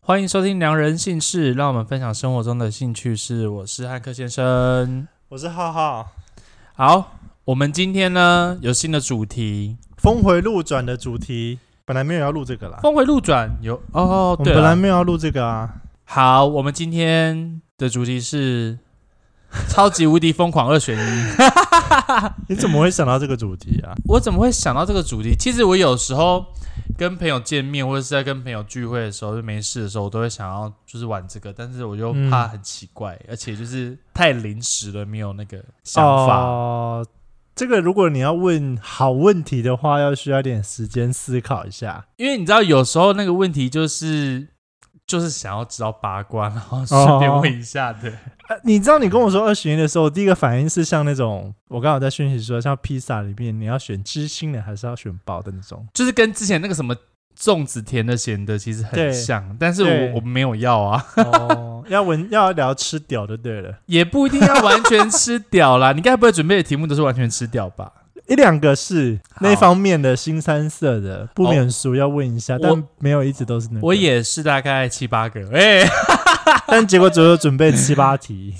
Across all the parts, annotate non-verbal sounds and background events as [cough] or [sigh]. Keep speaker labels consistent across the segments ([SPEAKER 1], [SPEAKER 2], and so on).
[SPEAKER 1] 欢迎收听《良人姓氏》，让我们分享生活中的兴趣事。我是汉克先生。
[SPEAKER 2] 我是浩浩。
[SPEAKER 1] 好，我们今天呢有新的主题，
[SPEAKER 2] 峰回路转的主题本来没有要录这个啦，
[SPEAKER 1] 峰回路转有哦，
[SPEAKER 2] 我
[SPEAKER 1] 对
[SPEAKER 2] 们本来
[SPEAKER 1] 了，
[SPEAKER 2] 没有要录这个啊。
[SPEAKER 1] 好，我们今天的主题
[SPEAKER 2] [laughs]
[SPEAKER 1] 是超级无敌疯狂二选一。
[SPEAKER 2] 你怎么会想到这个主题啊？
[SPEAKER 1] 我怎么会想到这个主题？其实我有时候跟朋友见面，或者是在跟朋友聚会的时候，就没事的时候，我都会想要就是玩这个，但是我又
[SPEAKER 2] 嗯
[SPEAKER 1] 怕很奇怪，而且就是太临时了，没有那个想法。
[SPEAKER 2] 哦这个如果你要问好问题的话，要需要点时间思考一下。
[SPEAKER 1] 因为你知道，有时候那个问题就是就是想要知道八卦，然后顺
[SPEAKER 2] 哦
[SPEAKER 1] 便问一下的。
[SPEAKER 2] 呃，你知道你跟我说二选一的时候，我第一个反应是像那种，我刚好在讯息说，像披萨里面你要选知心的还是要选包的那种。
[SPEAKER 1] 就是跟之前那个什么粽子甜的咸的其实很
[SPEAKER 2] 对
[SPEAKER 1] 像，但是
[SPEAKER 2] 对
[SPEAKER 1] 我我没有要啊，
[SPEAKER 2] 哦， [laughs] 要闻要聊吃屌就对了，
[SPEAKER 1] 也不一定要完全吃掉啦。你该不会准备的题目都是完全吃掉吧？
[SPEAKER 2] 一两个是
[SPEAKER 1] 好哦
[SPEAKER 2] 那方面的新三色的，不免俗要问一下，
[SPEAKER 1] 我
[SPEAKER 2] 但没有一直都是那个。
[SPEAKER 1] 我也是大概七八个，哎、
[SPEAKER 2] [laughs] 但结果只有准备七八题。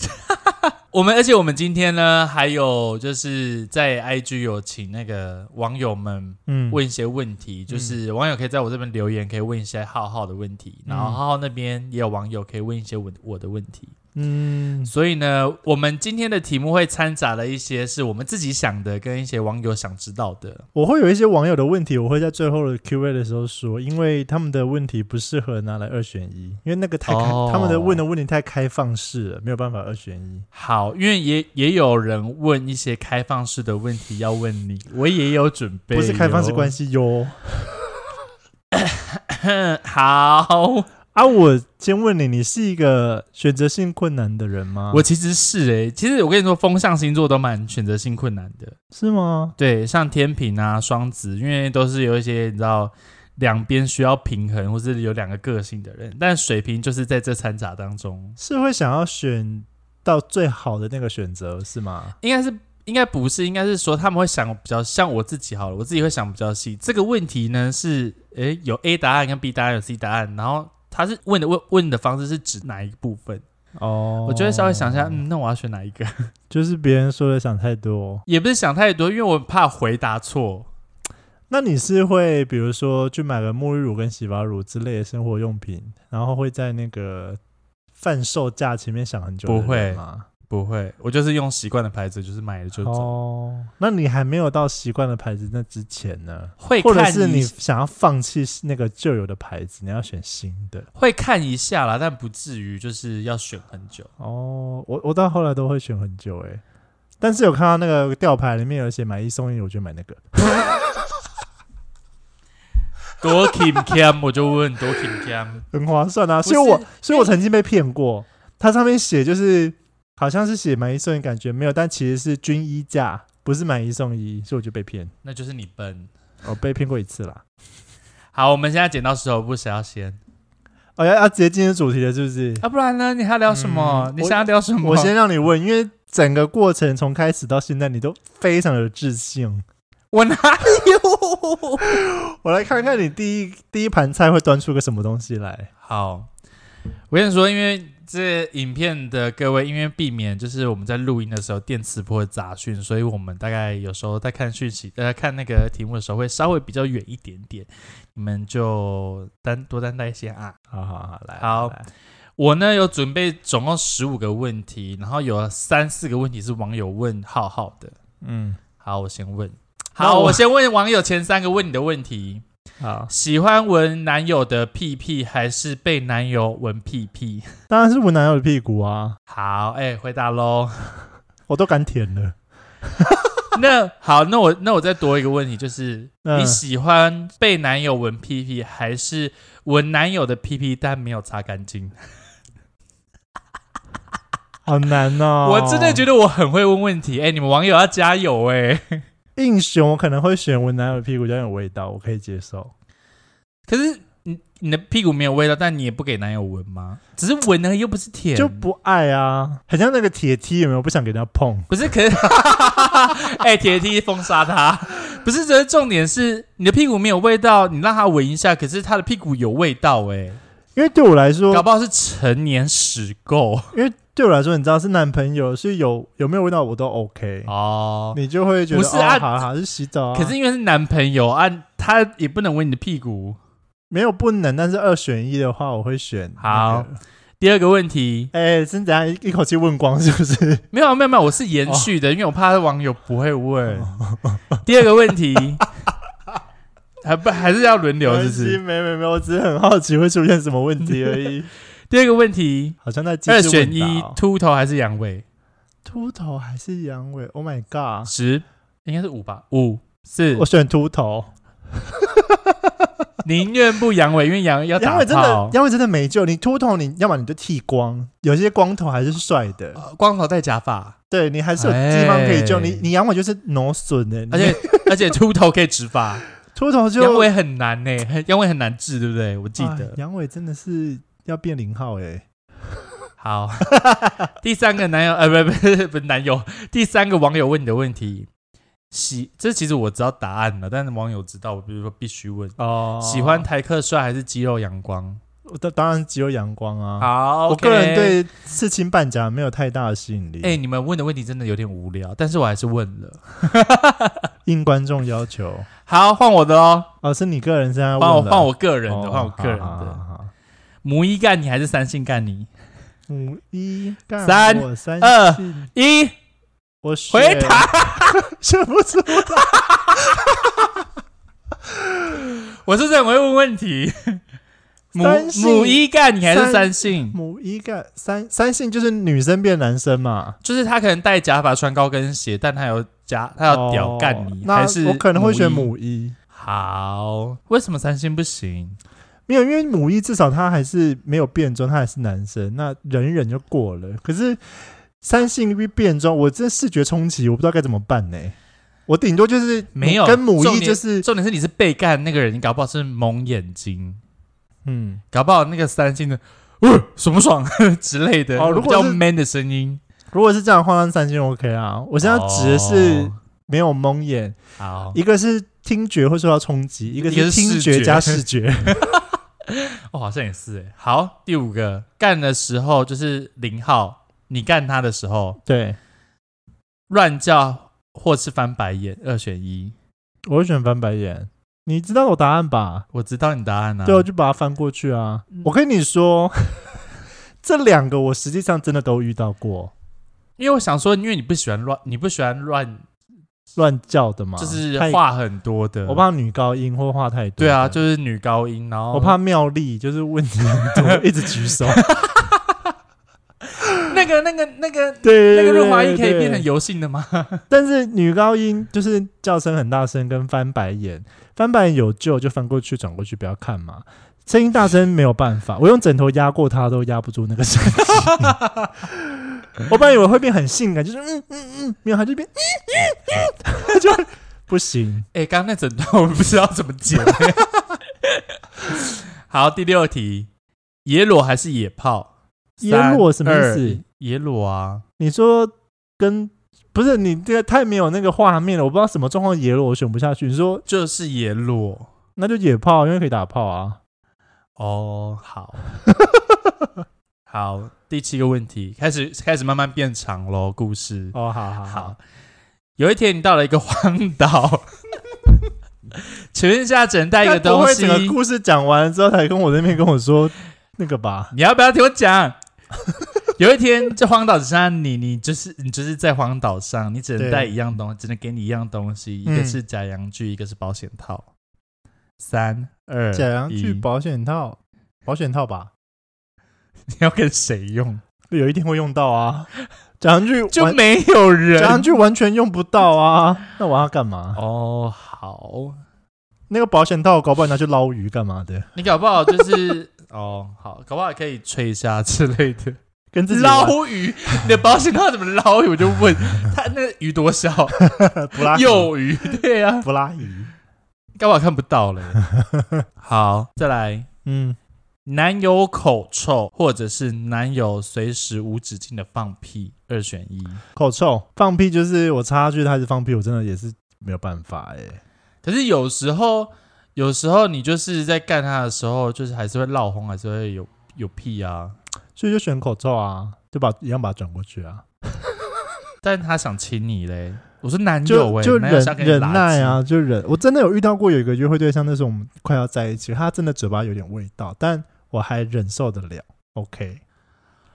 [SPEAKER 1] 我们而且我们今天呢，还有就是在 IG 有请那个网友们
[SPEAKER 2] 嗯，
[SPEAKER 1] 问一些问题，就是网友可以在我这边留言，可以问一些浩浩的问题，然后
[SPEAKER 2] 嗯
[SPEAKER 1] 浩浩那边也有网友可以问一些我我的问题。
[SPEAKER 2] 嗯，
[SPEAKER 1] 所以呢，我们今天的题目会掺杂了一些是我们自己想的，跟一些网友想知道的。
[SPEAKER 2] 我会有一些网友的问题，我会在最后的 Q&A 的时候说，因为他们的问题不适合拿来二选一，因为那个太开，
[SPEAKER 1] 哦
[SPEAKER 2] 他们的问的问题太开放式了，没有办法二选一。
[SPEAKER 1] 好，因为也也有人问一些开放式的问题要问你，我也有准备，
[SPEAKER 2] 不是开放式关
[SPEAKER 1] 系。
[SPEAKER 2] 系哟。
[SPEAKER 1] [laughs] 好，
[SPEAKER 2] 啊，我先问你，你是一个选择性困难的人吗？
[SPEAKER 1] 我其实是诶、其实我跟你说，风象星座都蛮选择性困难的。
[SPEAKER 2] 是吗？
[SPEAKER 1] 对，像天平啊、双子，因为都是有一些你知道两边需要平衡，或是有两个个性的人。但水瓶就是在这掺杂当中，
[SPEAKER 2] 是会想要选到最好的那个选择是吗？
[SPEAKER 1] 应该是应该不是，应该是说他们会想比较像我自己好了，我自己会想比较细。这个问题呢是，诶有 A 答案跟 B 答案，有 C 答案，然后他是问的问问的方式是指哪一部分？
[SPEAKER 2] 哦，
[SPEAKER 1] 我就会稍微想一下，嗯，那我要选哪一个？ [laughs]
[SPEAKER 2] 就是别人说的想太多。
[SPEAKER 1] 也不是想太多，因为我怕回答错。
[SPEAKER 2] 那你是会比如说去买个沐浴乳跟洗发乳之类的生活用品，然后会在那个贩售架前面想很久的人
[SPEAKER 1] 不会
[SPEAKER 2] 吗？
[SPEAKER 1] 不会，我就是用习惯的牌子，就是买了就走。
[SPEAKER 2] 哦，那你还没有到习惯的牌子那之前呢，
[SPEAKER 1] 会
[SPEAKER 2] 或者
[SPEAKER 1] 看
[SPEAKER 2] 是
[SPEAKER 1] 你
[SPEAKER 2] 你想要放弃那个旧有的牌子，你要选新的。
[SPEAKER 1] 会看一下啦，但不至于就是要选很久。 [laughs]
[SPEAKER 2] 哦，我我到后来都会选很久诶、但是有看到那个吊牌里面有写买一送一，我就买那个。
[SPEAKER 1] 多 Kim Kim，我就问多 Kim Kim，
[SPEAKER 2] 很划算啊！
[SPEAKER 1] 不
[SPEAKER 2] 所
[SPEAKER 1] 是
[SPEAKER 2] 以我所以我曾经被骗过，它上面写就是好像是写买一送一，感觉没有，但其实是均衣价，不是买一送一，所以我就被骗，
[SPEAKER 1] 那就是你笨。
[SPEAKER 2] 我被骗过一次啦。 [laughs]
[SPEAKER 1] 好，我们现在剪刀石头布，谁要先？
[SPEAKER 2] 哦，要要直接进入主题了，是不是？
[SPEAKER 1] 啊，不然呢？你还要聊什么？
[SPEAKER 2] 嗯
[SPEAKER 1] 你想要聊什么？
[SPEAKER 2] 我先让你问，因为整个过程从开始到现在，你都非常有自信。
[SPEAKER 1] 我哪有？
[SPEAKER 2] 我来看看你第一第一盘菜会端出个什么东西来。
[SPEAKER 1] [laughs] 好，我跟你说，因为这影片的各位，因为避免就是我们在录音的时候电磁波的杂讯，所以我们大概有时候在看讯息，呃，看那个题目的时候会稍微比较远一点点，你们就担多担待一些啊。
[SPEAKER 2] 好好好，来，
[SPEAKER 1] 好
[SPEAKER 2] 来
[SPEAKER 1] 我呢有准备总共十五个问题，然后有三四个问题是网友问浩浩的。
[SPEAKER 2] 嗯，
[SPEAKER 1] 好，我先问。
[SPEAKER 2] 那
[SPEAKER 1] 好，
[SPEAKER 2] 我
[SPEAKER 1] 我先问网友前三个问你的问题：
[SPEAKER 2] 好，
[SPEAKER 1] 喜欢闻男友的屁屁，还是被男友闻屁屁？
[SPEAKER 2] 当然是闻男友的屁股啊，
[SPEAKER 1] 好，哎、回答喽。
[SPEAKER 2] 我都敢舔了。
[SPEAKER 1] [laughs] 那好，那我那我再多一个问题，就是、
[SPEAKER 2] 嗯
[SPEAKER 1] 你喜欢被男友闻屁屁，还是闻男友的屁屁但没有擦干净？
[SPEAKER 2] 好难哦！
[SPEAKER 1] 我真的觉得我很会问问题，哎、你们网友要加油哎、
[SPEAKER 2] 硬选，我可能会选闻男友的屁股有点味道，我可以接受。
[SPEAKER 1] 可是你你的屁股没有味道，但你也不给男友闻吗？只是闻而已，又不是舔，
[SPEAKER 2] 就不爱啊，很像那个铁梯，有没有不想给人家碰？
[SPEAKER 1] 不是。可 [laughs] 是，哎、铁梯封杀他，不是。这重点是你的屁股没有味道，你让他闻一下，可是他的屁股有味道、哎，
[SPEAKER 2] 因为对我来说
[SPEAKER 1] 搞，不好是成年史
[SPEAKER 2] [laughs]
[SPEAKER 1] 购
[SPEAKER 2] 因为对我来说，你知道是男朋友，所以有有没有味道我都 OK，、
[SPEAKER 1] 哦。
[SPEAKER 2] 你就会觉得
[SPEAKER 1] 不是
[SPEAKER 2] 哦
[SPEAKER 1] 啊
[SPEAKER 2] 好好是洗澡、啊，
[SPEAKER 1] 可是因为是男朋友啊，他也不能闻你的屁股。
[SPEAKER 2] 没有不能，但是二选一的话，我会选、
[SPEAKER 1] 好。第二个问题，
[SPEAKER 2] 哎、是怎样一一口气问光是不
[SPEAKER 1] [laughs]
[SPEAKER 2] 是？
[SPEAKER 1] 没有没有没有，我是延续
[SPEAKER 2] 哦
[SPEAKER 1] 的，因为我怕网友不会
[SPEAKER 2] [laughs]
[SPEAKER 1] 问。第二个问题，还不还是要轮流，是不
[SPEAKER 2] 没关系
[SPEAKER 1] 是？
[SPEAKER 2] 没没没，我只是很好奇会出现什么问题
[SPEAKER 1] [laughs]
[SPEAKER 2] 而已。
[SPEAKER 1] 第二个问题，
[SPEAKER 2] 好像在机
[SPEAKER 1] 二
[SPEAKER 2] 智
[SPEAKER 1] 选
[SPEAKER 2] 问答
[SPEAKER 1] 一
[SPEAKER 2] 哦，
[SPEAKER 1] 秃头还是阳痿？
[SPEAKER 2] 秃头还是阳痿？Oh my god！
[SPEAKER 1] 十应该是五吧，五四
[SPEAKER 2] 我，选秃头，
[SPEAKER 1] 宁愿不阳痿，因为阳要
[SPEAKER 2] 阳
[SPEAKER 1] 打
[SPEAKER 2] 痿真的
[SPEAKER 1] 炮，。
[SPEAKER 2] 阳痿真的没救。你秃头，你要么你就剃光，有些光头还是帅的，
[SPEAKER 1] 呃光头戴假发，
[SPEAKER 2] 对你还是有地方可以救。
[SPEAKER 1] 哎
[SPEAKER 2] 你你阳痿就是脑损的，
[SPEAKER 1] [laughs] 而
[SPEAKER 2] 你
[SPEAKER 1] 且而且秃头可以植 [laughs] 发，
[SPEAKER 2] 秃头就
[SPEAKER 1] 阳痿很难呢，很阳痿很难治，对不对？我记
[SPEAKER 2] 哎
[SPEAKER 1] 得。
[SPEAKER 2] 阳痿真的是要变零号哎、
[SPEAKER 1] 好， [laughs] 第三个男友，呃，不 [laughs] 不不，不男友，第三个网友问你的问题，喜，这其实我知道答案了，但是网友知道，我比如说必须问，
[SPEAKER 2] 哦
[SPEAKER 1] 喜欢台客帅还是肌肉阳光？
[SPEAKER 2] 我当当然只有阳光啊。
[SPEAKER 1] 好，
[SPEAKER 2] 我
[SPEAKER 1] OK
[SPEAKER 2] 个人，对刺青半甲没有太大的吸引力。
[SPEAKER 1] 哎、你们问的问题真的有点无聊，但是我还是问了。
[SPEAKER 2] 应观众要求。
[SPEAKER 1] 好，换我的哦，
[SPEAKER 2] 哦，是你个人现在
[SPEAKER 1] 换我
[SPEAKER 2] 问的
[SPEAKER 1] 换我个人的，
[SPEAKER 2] 哦
[SPEAKER 1] 换我个人
[SPEAKER 2] 好好
[SPEAKER 1] 的，
[SPEAKER 2] 好好
[SPEAKER 1] 母一干你还是三性干你？
[SPEAKER 2] 五一干
[SPEAKER 1] 三
[SPEAKER 2] 我三
[SPEAKER 1] 二
[SPEAKER 2] 信
[SPEAKER 1] 一
[SPEAKER 2] 我选
[SPEAKER 1] 回
[SPEAKER 2] [laughs]
[SPEAKER 1] 答，
[SPEAKER 2] 选不出。
[SPEAKER 1] 我是不是很会问问题？母
[SPEAKER 2] 三性
[SPEAKER 1] 母一干你还是
[SPEAKER 2] 三
[SPEAKER 1] 三性？
[SPEAKER 2] 母一干三三性就是女生变男生嘛，
[SPEAKER 1] 就是他可能戴假发、穿高跟鞋，但他有假，他要屌
[SPEAKER 2] 哦
[SPEAKER 1] 干你，
[SPEAKER 2] 那
[SPEAKER 1] 还是
[SPEAKER 2] 我可能会选
[SPEAKER 1] 母一。
[SPEAKER 2] 母一，
[SPEAKER 1] 好，为什么三星不行？
[SPEAKER 2] 没有，因为母一至少他还是没有变装，他还是男生，那忍一忍就过了。可是三性一变装，我真视觉冲击，我不知道该怎么办呢、我顶多就是
[SPEAKER 1] 没有
[SPEAKER 2] 跟母
[SPEAKER 1] 重
[SPEAKER 2] 一
[SPEAKER 1] 点
[SPEAKER 2] 就是
[SPEAKER 1] 重点是你是被干那个人，你搞不好是蒙眼睛，
[SPEAKER 2] 嗯
[SPEAKER 1] 搞不好那个三星的，呃，爽不爽 [laughs] 之类的，
[SPEAKER 2] 哦如果
[SPEAKER 1] 比较
[SPEAKER 2] 是
[SPEAKER 1] man 的声音。
[SPEAKER 2] 如果是这样的话，那三星 OK 啊。我
[SPEAKER 1] 我
[SPEAKER 2] 现在指的
[SPEAKER 1] 哦
[SPEAKER 2] 是没有蒙眼，
[SPEAKER 1] 好
[SPEAKER 2] 一个是听觉会受到冲击，一个
[SPEAKER 1] 一个
[SPEAKER 2] 是
[SPEAKER 1] 是视
[SPEAKER 2] 听
[SPEAKER 1] 觉
[SPEAKER 2] 觉加视觉。
[SPEAKER 1] [laughs] 哦，好像也是哎。好，第五个干的时候就是零号，你干他的时候
[SPEAKER 2] 对，
[SPEAKER 1] 乱叫或是翻白眼，二选一。
[SPEAKER 2] 我会选翻白眼。你知道我答案吧？
[SPEAKER 1] 我知道你答案啊，
[SPEAKER 2] 对，我就把它翻过去啊。
[SPEAKER 1] 嗯
[SPEAKER 2] 我跟你说， [laughs] 这两个我实际上真的都遇到过
[SPEAKER 1] 因为我想说，因为你不喜欢乱，你不喜欢乱，
[SPEAKER 2] 乱叫的嘛，
[SPEAKER 1] 就是
[SPEAKER 2] 太
[SPEAKER 1] 话很多的。
[SPEAKER 2] 我怕女高音或话太多。
[SPEAKER 1] 对啊，就是女高音，然后
[SPEAKER 2] 我怕妙丽就是问题
[SPEAKER 1] [laughs]
[SPEAKER 2] 很多，一直举手。
[SPEAKER 1] 那个那个那个
[SPEAKER 2] 对，
[SPEAKER 1] 那个
[SPEAKER 2] 对
[SPEAKER 1] 润滑液可以变，
[SPEAKER 2] 对
[SPEAKER 1] 成
[SPEAKER 2] 对
[SPEAKER 1] 油性的吗？
[SPEAKER 2] 但是女高音就是叫声很大声，跟翻白眼，翻白眼有救就翻过去转过去，不要看嘛。声音大声没有办法，我用枕头压过她都压不住那个声音。我本来以为会变很性感，就是嗯嗯嗯，没有，她就变嗯嗯嗯，她就不行。
[SPEAKER 1] 哎，刚刚那整段我不知道怎么剪。欸 [laughs] 好，第六题，野裸还是野炮？
[SPEAKER 2] 野裸什么意思
[SPEAKER 1] 三？二野裸啊，
[SPEAKER 2] 你说跟不是你这个太没有那个画面了，我不知道什么状况野了我选不下去。你说
[SPEAKER 1] 就是野裸
[SPEAKER 2] 那就野炮，因为可以打炮啊。
[SPEAKER 1] 哦。好，好，第七个问题开始开始慢慢变长喽，故事。
[SPEAKER 2] 哦，好好
[SPEAKER 1] 好，，有一天你到了一个荒岛， [laughs] 请问一下，只能带一个
[SPEAKER 2] 该不
[SPEAKER 1] 东
[SPEAKER 2] 会
[SPEAKER 1] 西
[SPEAKER 2] 整，个故事讲完了之后才跟我那边跟我说那个 [laughs] 吧？
[SPEAKER 1] 你要不要听我讲？有一天，这荒岛上你，你就是你就是在荒岛上，你只能
[SPEAKER 2] 对
[SPEAKER 1] 带一样东西，只能给你一样东西，一个
[SPEAKER 2] 嗯
[SPEAKER 1] 是假洋具，一个是保险套。三二
[SPEAKER 2] 假洋
[SPEAKER 1] 一
[SPEAKER 2] 具、保险套、保险套吧，
[SPEAKER 1] 你要跟谁用？
[SPEAKER 2] 有一天会用到啊。假洋具
[SPEAKER 1] 就
[SPEAKER 2] 完
[SPEAKER 1] 没有
[SPEAKER 2] 假洋
[SPEAKER 1] 人
[SPEAKER 2] 具完全用不到啊，那我要干嘛？
[SPEAKER 1] 哦。好，
[SPEAKER 2] 那个保险套我搞不好拿去捞鱼干嘛的？
[SPEAKER 1] 你搞不好就是 [laughs] 哦，好，搞不好可以吹一下之类的。
[SPEAKER 2] 跟自己玩
[SPEAKER 1] 捞鱼，你的保险套怎么捞鱼？我就问他那个鱼多小，
[SPEAKER 2] [laughs] 不拉
[SPEAKER 1] 幼鱼，对啊，
[SPEAKER 2] 不拉鱼，
[SPEAKER 1] 干嘛看不到
[SPEAKER 2] [laughs]
[SPEAKER 1] 嘞？好，再来，
[SPEAKER 2] 嗯，
[SPEAKER 1] 男友口臭，或者是男友随时无止境的放屁，二选一。
[SPEAKER 2] 口臭放屁就是我插下去，他一直放屁，我真的也是没有办法哎、
[SPEAKER 1] 可是有时候，有时候你就是在干他的时候，就是还是会闹红，还是会有有屁啊！
[SPEAKER 2] 所以就选口罩啊，就把一样把它转过去啊，
[SPEAKER 1] 但他想亲你嘞，我说男友
[SPEAKER 2] 就
[SPEAKER 1] 哎、
[SPEAKER 2] 就
[SPEAKER 1] 男友
[SPEAKER 2] 忍
[SPEAKER 1] 想给你
[SPEAKER 2] 忍
[SPEAKER 1] 垃圾
[SPEAKER 2] 耐，啊，就忍。我真的有遇到过有一个约会对象，那时候我们快要在一起，他真的嘴巴有点味道，但我还忍受得了，OK。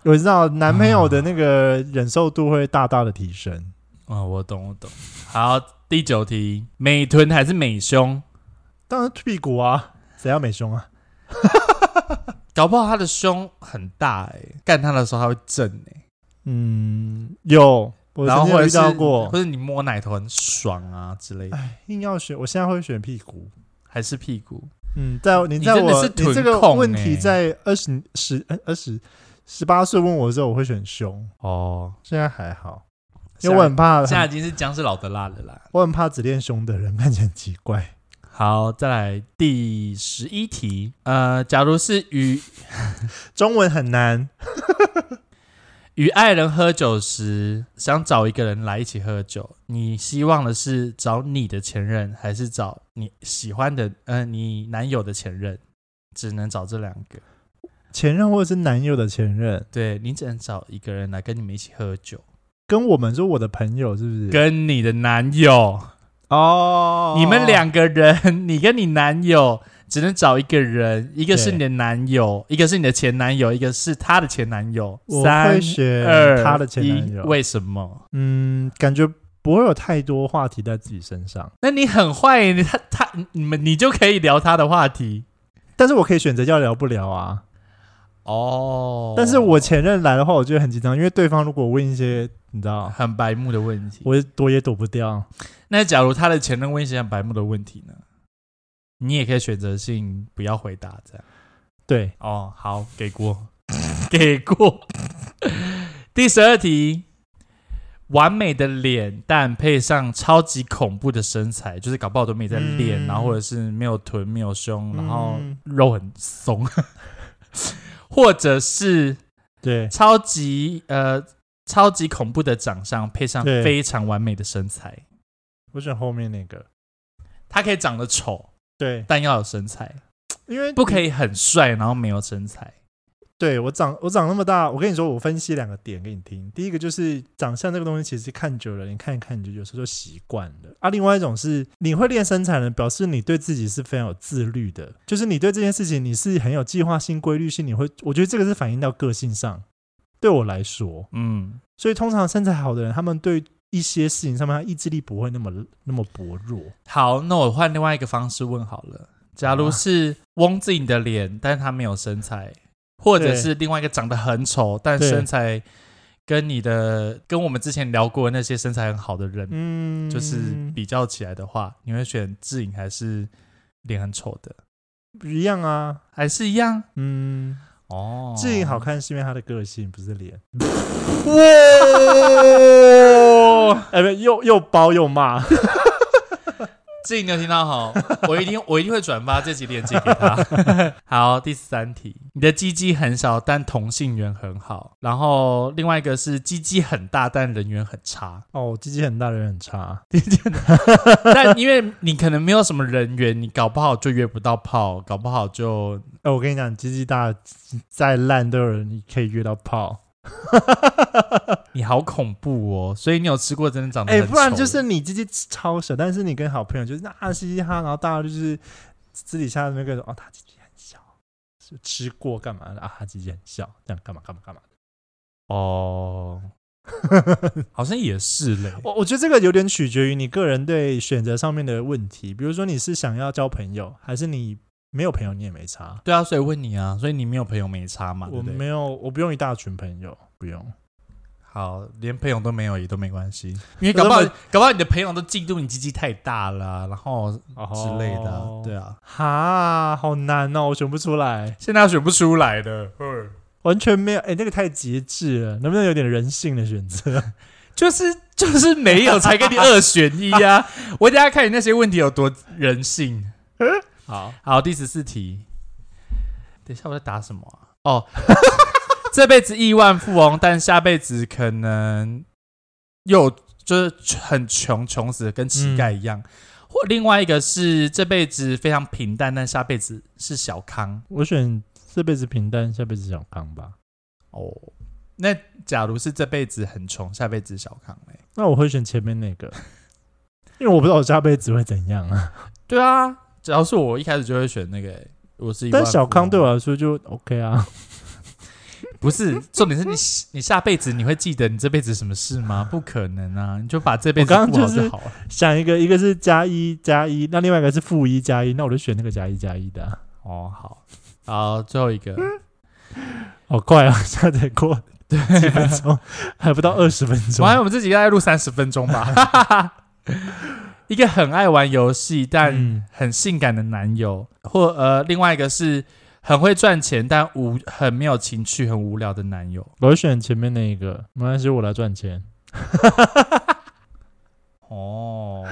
[SPEAKER 2] 我知道男朋友的那个
[SPEAKER 1] 啊
[SPEAKER 2] 忍受度会大大的提升。
[SPEAKER 1] 哦，我懂我懂。好，第九题，美臀还是美胸？
[SPEAKER 2] 当然屁股啊，谁要美胸啊？
[SPEAKER 1] 搞不好他的胸很大哎、干他的时候他会震哎、
[SPEAKER 2] 嗯，有，我
[SPEAKER 1] 然后
[SPEAKER 2] 曾
[SPEAKER 1] 或者
[SPEAKER 2] 经有遇到
[SPEAKER 1] 是
[SPEAKER 2] 过
[SPEAKER 1] 或。者你摸奶头很爽啊之类的，
[SPEAKER 2] 硬要选，我现在会选屁股。
[SPEAKER 1] 还是屁股？
[SPEAKER 2] 嗯，在你
[SPEAKER 1] 你
[SPEAKER 2] 在
[SPEAKER 1] 真的
[SPEAKER 2] 我
[SPEAKER 1] 是
[SPEAKER 2] 你这
[SPEAKER 1] 臀
[SPEAKER 2] 个
[SPEAKER 1] 控
[SPEAKER 2] 问
[SPEAKER 1] 欸
[SPEAKER 2] 题在二十十呃二十十八岁问我的时候，我会选胸，
[SPEAKER 1] 哦，
[SPEAKER 2] 现在还好，因
[SPEAKER 1] 现
[SPEAKER 2] 为我很怕，
[SPEAKER 1] 在已经是姜是老的辣的啦。
[SPEAKER 2] 我很怕只练胸的人看起来很奇怪。
[SPEAKER 1] 好，再来第十一题，呃，假如是与
[SPEAKER 2] 中文很难，
[SPEAKER 1] 与爱人喝酒时，想找一个人来一起喝酒，你希望的是找你的前任，还是找你喜欢的，呃，你男友的前任？只能找这两个，
[SPEAKER 2] 前任或者是男友的前任，
[SPEAKER 1] 对你只能找一个人来跟你们一起喝酒，
[SPEAKER 2] 跟我们说我的朋友是不是？
[SPEAKER 1] 跟你的男友，
[SPEAKER 2] 哦，
[SPEAKER 1] 你们两个人，你跟你男友只能找一个人，一个是你的男友，一个是你的前男友，一个是他的前男友。
[SPEAKER 2] 我
[SPEAKER 1] 三
[SPEAKER 2] 会选
[SPEAKER 1] 二
[SPEAKER 2] 他的前男
[SPEAKER 1] 一
[SPEAKER 2] 友
[SPEAKER 1] 为什么？
[SPEAKER 2] 嗯，感觉不会有太多话题在自己身上，
[SPEAKER 1] 那你很坏，你他他你们你就可以聊他的话题
[SPEAKER 2] 但是我可以选择要聊不聊啊。
[SPEAKER 1] 哦。
[SPEAKER 2] 但是我前任来的话，我就会很紧张，因为对方如果问一些你知道，
[SPEAKER 1] 很白目的问题。
[SPEAKER 2] 我躲也躲不掉。
[SPEAKER 1] 那假如他的前任问一些很白目的问题呢？你也可以选择性不要回答这样。
[SPEAKER 2] 对，
[SPEAKER 1] 哦，好，给过， [laughs] 给过。 [laughs] 第十二题，完美的脸蛋配上超级恐怖的身材，就是搞不好都没在练，
[SPEAKER 2] 嗯
[SPEAKER 1] 然后或者是没有臀没有胸，然后
[SPEAKER 2] 嗯
[SPEAKER 1] 肉很松， [laughs] 或者是
[SPEAKER 2] 对，
[SPEAKER 1] 超级呃超级恐怖的长相配上
[SPEAKER 2] 对
[SPEAKER 1] 非常完美的身材，
[SPEAKER 2] 我选后面那个。
[SPEAKER 1] 他可以长得丑，
[SPEAKER 2] 对，
[SPEAKER 1] 但要有身材，
[SPEAKER 2] 因为
[SPEAKER 1] 不可
[SPEAKER 2] 以。
[SPEAKER 1] 以很帅然后没有身材。
[SPEAKER 2] 对我长我长那么大，我跟你说，我分析两个点给你听。第一个就是长相这个东西，其实看久了，你看一看你就有时候就习惯了。啊，另外一种是你会练身材呢，表示你对自己是非常有自律的，就是你对这件事情你是很有计划性、规律性。你会，我觉得这个是反映到个性上。对我来说，
[SPEAKER 1] 嗯，
[SPEAKER 2] 所以通常身材好的人，他们对一些事情上面，他意志力不会那么那么薄弱。
[SPEAKER 1] 好，那我换另外一个方式问好了。假
[SPEAKER 2] 啊
[SPEAKER 1] 如是翁自颖的脸，但是他没有身材，或者
[SPEAKER 2] 对
[SPEAKER 1] 是另外一个长得很丑，但
[SPEAKER 2] 对
[SPEAKER 1] 身材跟你的跟我们之前聊过的那些身材很好的人，
[SPEAKER 2] 嗯
[SPEAKER 1] 就是比较起来的话，你会选自颖还是脸很丑的？
[SPEAKER 2] 一样啊。
[SPEAKER 1] 还是一样？
[SPEAKER 2] 嗯，
[SPEAKER 1] 哦，
[SPEAKER 2] 志颖好看是因为他的个性，不是脸。
[SPEAKER 1] 哇！
[SPEAKER 2] 哎，不，又又包又骂。
[SPEAKER 1] 志颖，你有听到哈？ [laughs] 我一定我一定会转发这集链接给他。 [laughs] 好，第三题，你的鸡鸡很小，但同性缘很好。然后另外一个是鸡鸡很大，但人缘很差。
[SPEAKER 2] [laughs]
[SPEAKER 1] [laughs]
[SPEAKER 2] 哦，鸡鸡很大的人很差。
[SPEAKER 1] 但因为你可能没有什么人缘，你搞不好就约不到炮，搞不好就
[SPEAKER 2] 哎，我跟你讲，鸡鸡大再烂都有人可以约到炮。
[SPEAKER 1] 你好恐怖哦。所以你有吃过真的长得
[SPEAKER 2] 哎，
[SPEAKER 1] 很
[SPEAKER 2] 不然
[SPEAKER 1] 丑
[SPEAKER 2] 就是你鸡鸡超小，但是你跟好朋友就是啊嘻嘻哈，然后大家就是私底下那个哦，他鸡鸡很小，是吃过干嘛的啊？他鸡鸡很小，这样干嘛干嘛干嘛。
[SPEAKER 1] 哦， [laughs] 好像也是嘞。
[SPEAKER 2] 我我觉得这个有点取决于你个人对选择上面的问题，比如说你是想要交朋友，还是你没有朋友你也没差。
[SPEAKER 1] 对啊，所以问你啊，所以你没有朋友没差嘛？对
[SPEAKER 2] 我
[SPEAKER 1] 不对
[SPEAKER 2] 没有，我不用一大群朋友，不用。
[SPEAKER 1] 好，连朋友都没有也都没关系，因为搞不好
[SPEAKER 2] 可是
[SPEAKER 1] 搞不好你的朋友都嫉妒你鸡鸡太大了啊、然后之类的啊、对
[SPEAKER 2] 啊。
[SPEAKER 1] 啊，
[SPEAKER 2] 哦哈，好难哦，我选不出来，
[SPEAKER 1] 现在选不出来的，嗯
[SPEAKER 2] 完全没有。哎，那个太极致了，能不能有点人性的选择？ [laughs]
[SPEAKER 1] 就是 [laughs] 就是没有才给你二选一啊！我等一下看你那些问题有多人性。
[SPEAKER 2] 好，
[SPEAKER 1] 好，第十四题，等一下我在打什么啊？哦， [laughs] 这辈子亿万富翁，但下辈子可能又就是很穷，穷死了跟乞丐一样。或另外一个是这辈子非常平淡，但下辈子是小康。
[SPEAKER 2] 我选这辈子平淡，下辈子小康吧。
[SPEAKER 1] 哦，那假如是这辈子很穷，下辈子小康嘞？
[SPEAKER 2] 那我会选前面那个，因为我不知道我下辈子会怎样 [laughs] 啊。
[SPEAKER 1] 对啊，只要是我一开始就会选那个欸、我是一万
[SPEAKER 2] 但
[SPEAKER 1] 富翁
[SPEAKER 2] 小康对我来说就 OK 啊，
[SPEAKER 1] 不是重点是你你下辈子你会记得你这辈子什么事吗？ [laughs] 不可能啊，你就把这辈子
[SPEAKER 2] 我刚刚
[SPEAKER 1] 过好
[SPEAKER 2] 就是
[SPEAKER 1] 就好了。
[SPEAKER 2] 想一个，一个是加一加一，那另外一个是负一加一，那我就选那个加一加一的啊、
[SPEAKER 1] 哦，好，好，最后一个，
[SPEAKER 2] 好快啊， [laughs] 现在才过几分钟，还不到二十分钟
[SPEAKER 1] 我。还我们自己大概录三十分钟吧。 [laughs] 一个很爱玩游戏但
[SPEAKER 2] 嗯，
[SPEAKER 1] 很性感的男友，或呃，另外一个是很会赚钱但无很没有情趣、很无聊的男友。
[SPEAKER 2] 我会选前面那一个，没关系，我来赚钱。
[SPEAKER 1] 哦，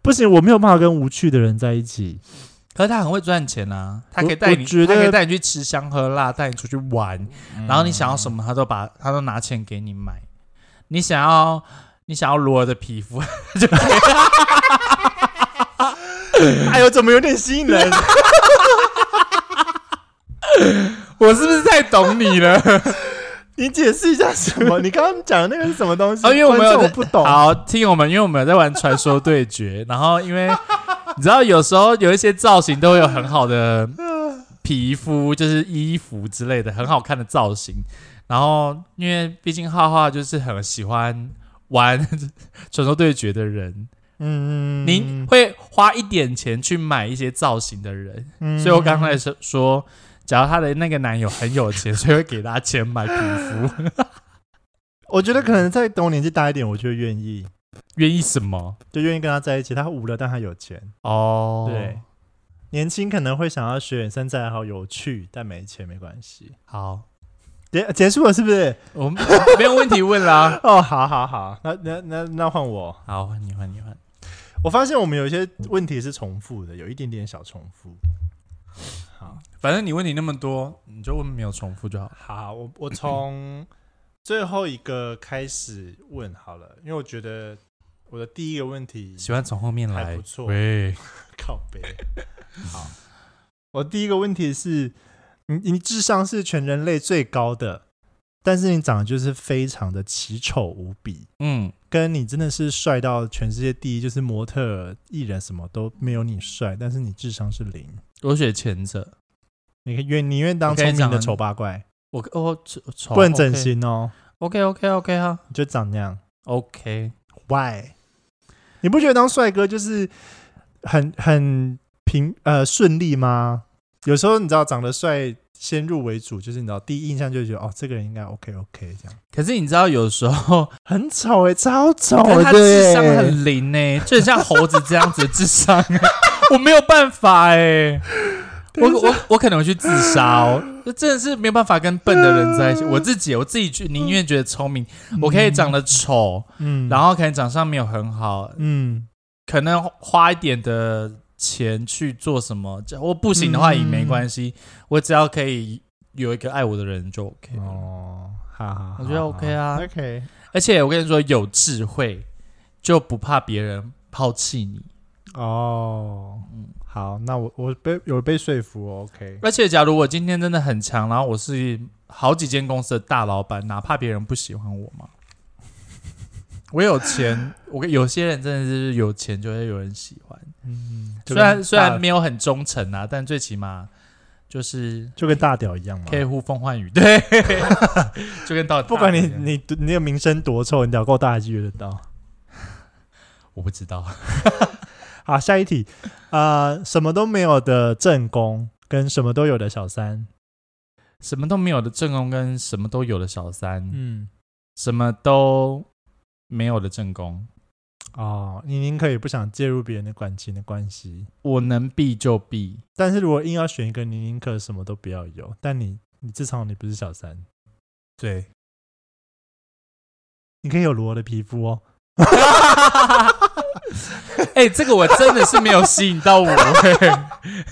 [SPEAKER 2] 不行，我没有办法跟无趣的人在一起。
[SPEAKER 1] 可是他很会赚钱啊，他可以
[SPEAKER 2] 我
[SPEAKER 1] 带你，
[SPEAKER 2] 我觉
[SPEAKER 1] 他可以
[SPEAKER 2] 得嗯
[SPEAKER 1] 带你去吃香喝辣，带你出去玩，然后你想要什么，他都把他都拿钱给你买。你想要你想要罗尔的皮
[SPEAKER 2] [laughs]
[SPEAKER 1] 肤，
[SPEAKER 2] [laughs] 哎呦，怎么有点吸引 [laughs] 人？
[SPEAKER 1] 我是不是太懂你
[SPEAKER 2] [laughs]
[SPEAKER 1] 了？
[SPEAKER 2] 你解释一下什么？你刚刚讲的那个是什么东西？
[SPEAKER 1] 哦因为我没有
[SPEAKER 2] 观众
[SPEAKER 1] 在
[SPEAKER 2] 不懂。
[SPEAKER 1] 好，听我们，因为我们有在玩传说对决，然后因为你知道有时候有一些造型都会有很好的皮肤，就是衣服之类的很好看的造型，然后因为毕竟浩浩就是很喜欢玩传说对决的人，
[SPEAKER 2] 嗯
[SPEAKER 1] 你会花一点钱去买一些造型的人，
[SPEAKER 2] 嗯
[SPEAKER 1] 所以我刚才说说。假如她的那个男友很有钱，所以会给她钱买皮肤，
[SPEAKER 2] 我觉得可能再等我年纪大一点，我就愿意，
[SPEAKER 1] 愿意什么？
[SPEAKER 2] 就愿意跟他在一起。他无聊，但他有钱。
[SPEAKER 1] 哦，
[SPEAKER 2] 对，年轻可能会想要学远山再好有趣，但没钱没关系。
[SPEAKER 1] 好，
[SPEAKER 2] 结结束了是不是？
[SPEAKER 1] 我们没有问题问
[SPEAKER 2] [laughs]
[SPEAKER 1] 啦。
[SPEAKER 2] 哦，好好好，那那那那换我。
[SPEAKER 1] 好，换你换你换。
[SPEAKER 2] 我发现我们有一些问题是重复的，有一点点小重复。
[SPEAKER 1] 反正你问题那么多，你就问没有重复就好了。
[SPEAKER 2] 好，我我从最后一个开始问好了，因为我觉得我的第一个问题
[SPEAKER 1] 喜欢从后面
[SPEAKER 2] 还
[SPEAKER 1] 来，
[SPEAKER 2] 不错
[SPEAKER 1] 喂，
[SPEAKER 2] [laughs] 靠背。好， [laughs] 我第一个问题是，你你智商是全人类最高的，但是你长得就是非常的奇丑无比，
[SPEAKER 1] 嗯，
[SPEAKER 2] 跟你真的是帅到全世界第一，就是模特儿、艺人什么都没有你帅，但是你智商是零，
[SPEAKER 1] 我选前者。
[SPEAKER 2] 你可以愿宁愿当
[SPEAKER 1] 我跟你
[SPEAKER 2] 聪明的
[SPEAKER 1] 讲
[SPEAKER 2] 丑八怪，
[SPEAKER 1] 我我丑
[SPEAKER 2] 不能整。形哦，
[SPEAKER 1] OK OK OK 啊
[SPEAKER 2] 你就长那样。
[SPEAKER 1] ，OK。
[SPEAKER 2] Why？你不觉得当帅哥就是很很平呃顺利吗？有时候你知道长得帅先入为主，就是你知道第一印象就觉得哦，这个人应该 OK OK 这样，
[SPEAKER 1] 可是你知道，有时候
[SPEAKER 2] 很丑哎、超丑
[SPEAKER 1] 可是
[SPEAKER 2] 的、
[SPEAKER 1] 他智商很零呢、欸就很像猴子这样子的智商、欸我没有办法哎、我我我可能会去自杀哦，这真的是没有办法跟笨的人在一起。我自己我自己去宁愿觉得聪明，我可以长得丑，
[SPEAKER 2] 嗯
[SPEAKER 1] 然后可能长相没有很好，
[SPEAKER 2] 嗯
[SPEAKER 1] 可能花一点的钱去做什么，这我不行的话也
[SPEAKER 2] 嗯
[SPEAKER 1] 没关系，我只要可以有一个爱我的人就 OK 了。
[SPEAKER 2] 哦，好
[SPEAKER 1] 嗯
[SPEAKER 2] 好，
[SPEAKER 1] 我觉得 OK 啊
[SPEAKER 2] 好好，OK
[SPEAKER 1] 而且我跟你说，有智慧就不怕别人抛弃你。
[SPEAKER 2] 哦，
[SPEAKER 1] 嗯
[SPEAKER 2] 好，那我我被有被说服哦，OK，
[SPEAKER 1] 而且，假如我今天真的很强，然后我是好几间公司的大老板，哪怕别人不喜欢我嘛，我有钱， [laughs] 我跟有些人真的是有钱就会有人喜欢。
[SPEAKER 2] 嗯，就
[SPEAKER 1] 虽
[SPEAKER 2] 跟
[SPEAKER 1] 然虽
[SPEAKER 2] 大
[SPEAKER 1] 然没有很忠诚啊，但最起码就是
[SPEAKER 2] 就跟大屌一样嘛
[SPEAKER 1] 可，以呼风唤
[SPEAKER 2] [laughs]
[SPEAKER 1] 雨，对， [laughs] 就跟到
[SPEAKER 2] 不管你你你的名声多臭，你屌够大还是约得到。
[SPEAKER 1] 我不知道，
[SPEAKER 2] 好，下一题， [laughs] 呃，什么都没有的正宫跟什么都有的小三，
[SPEAKER 1] 什么都没有的正宫跟什么都有的小三，
[SPEAKER 2] 嗯，
[SPEAKER 1] 什么都没有的正宫，
[SPEAKER 2] 哦，你宁可也不想介入别人的感情的关系，
[SPEAKER 1] 我能避就避，
[SPEAKER 2] [laughs] 但是如果硬要选一个，你宁可什么都不要有，但你你至少你不是小三，
[SPEAKER 1] 对，
[SPEAKER 2] 你可以有罗的皮肤哦，
[SPEAKER 1] 哎、这个我真的是没有吸引
[SPEAKER 2] [laughs]
[SPEAKER 1] 到我、欸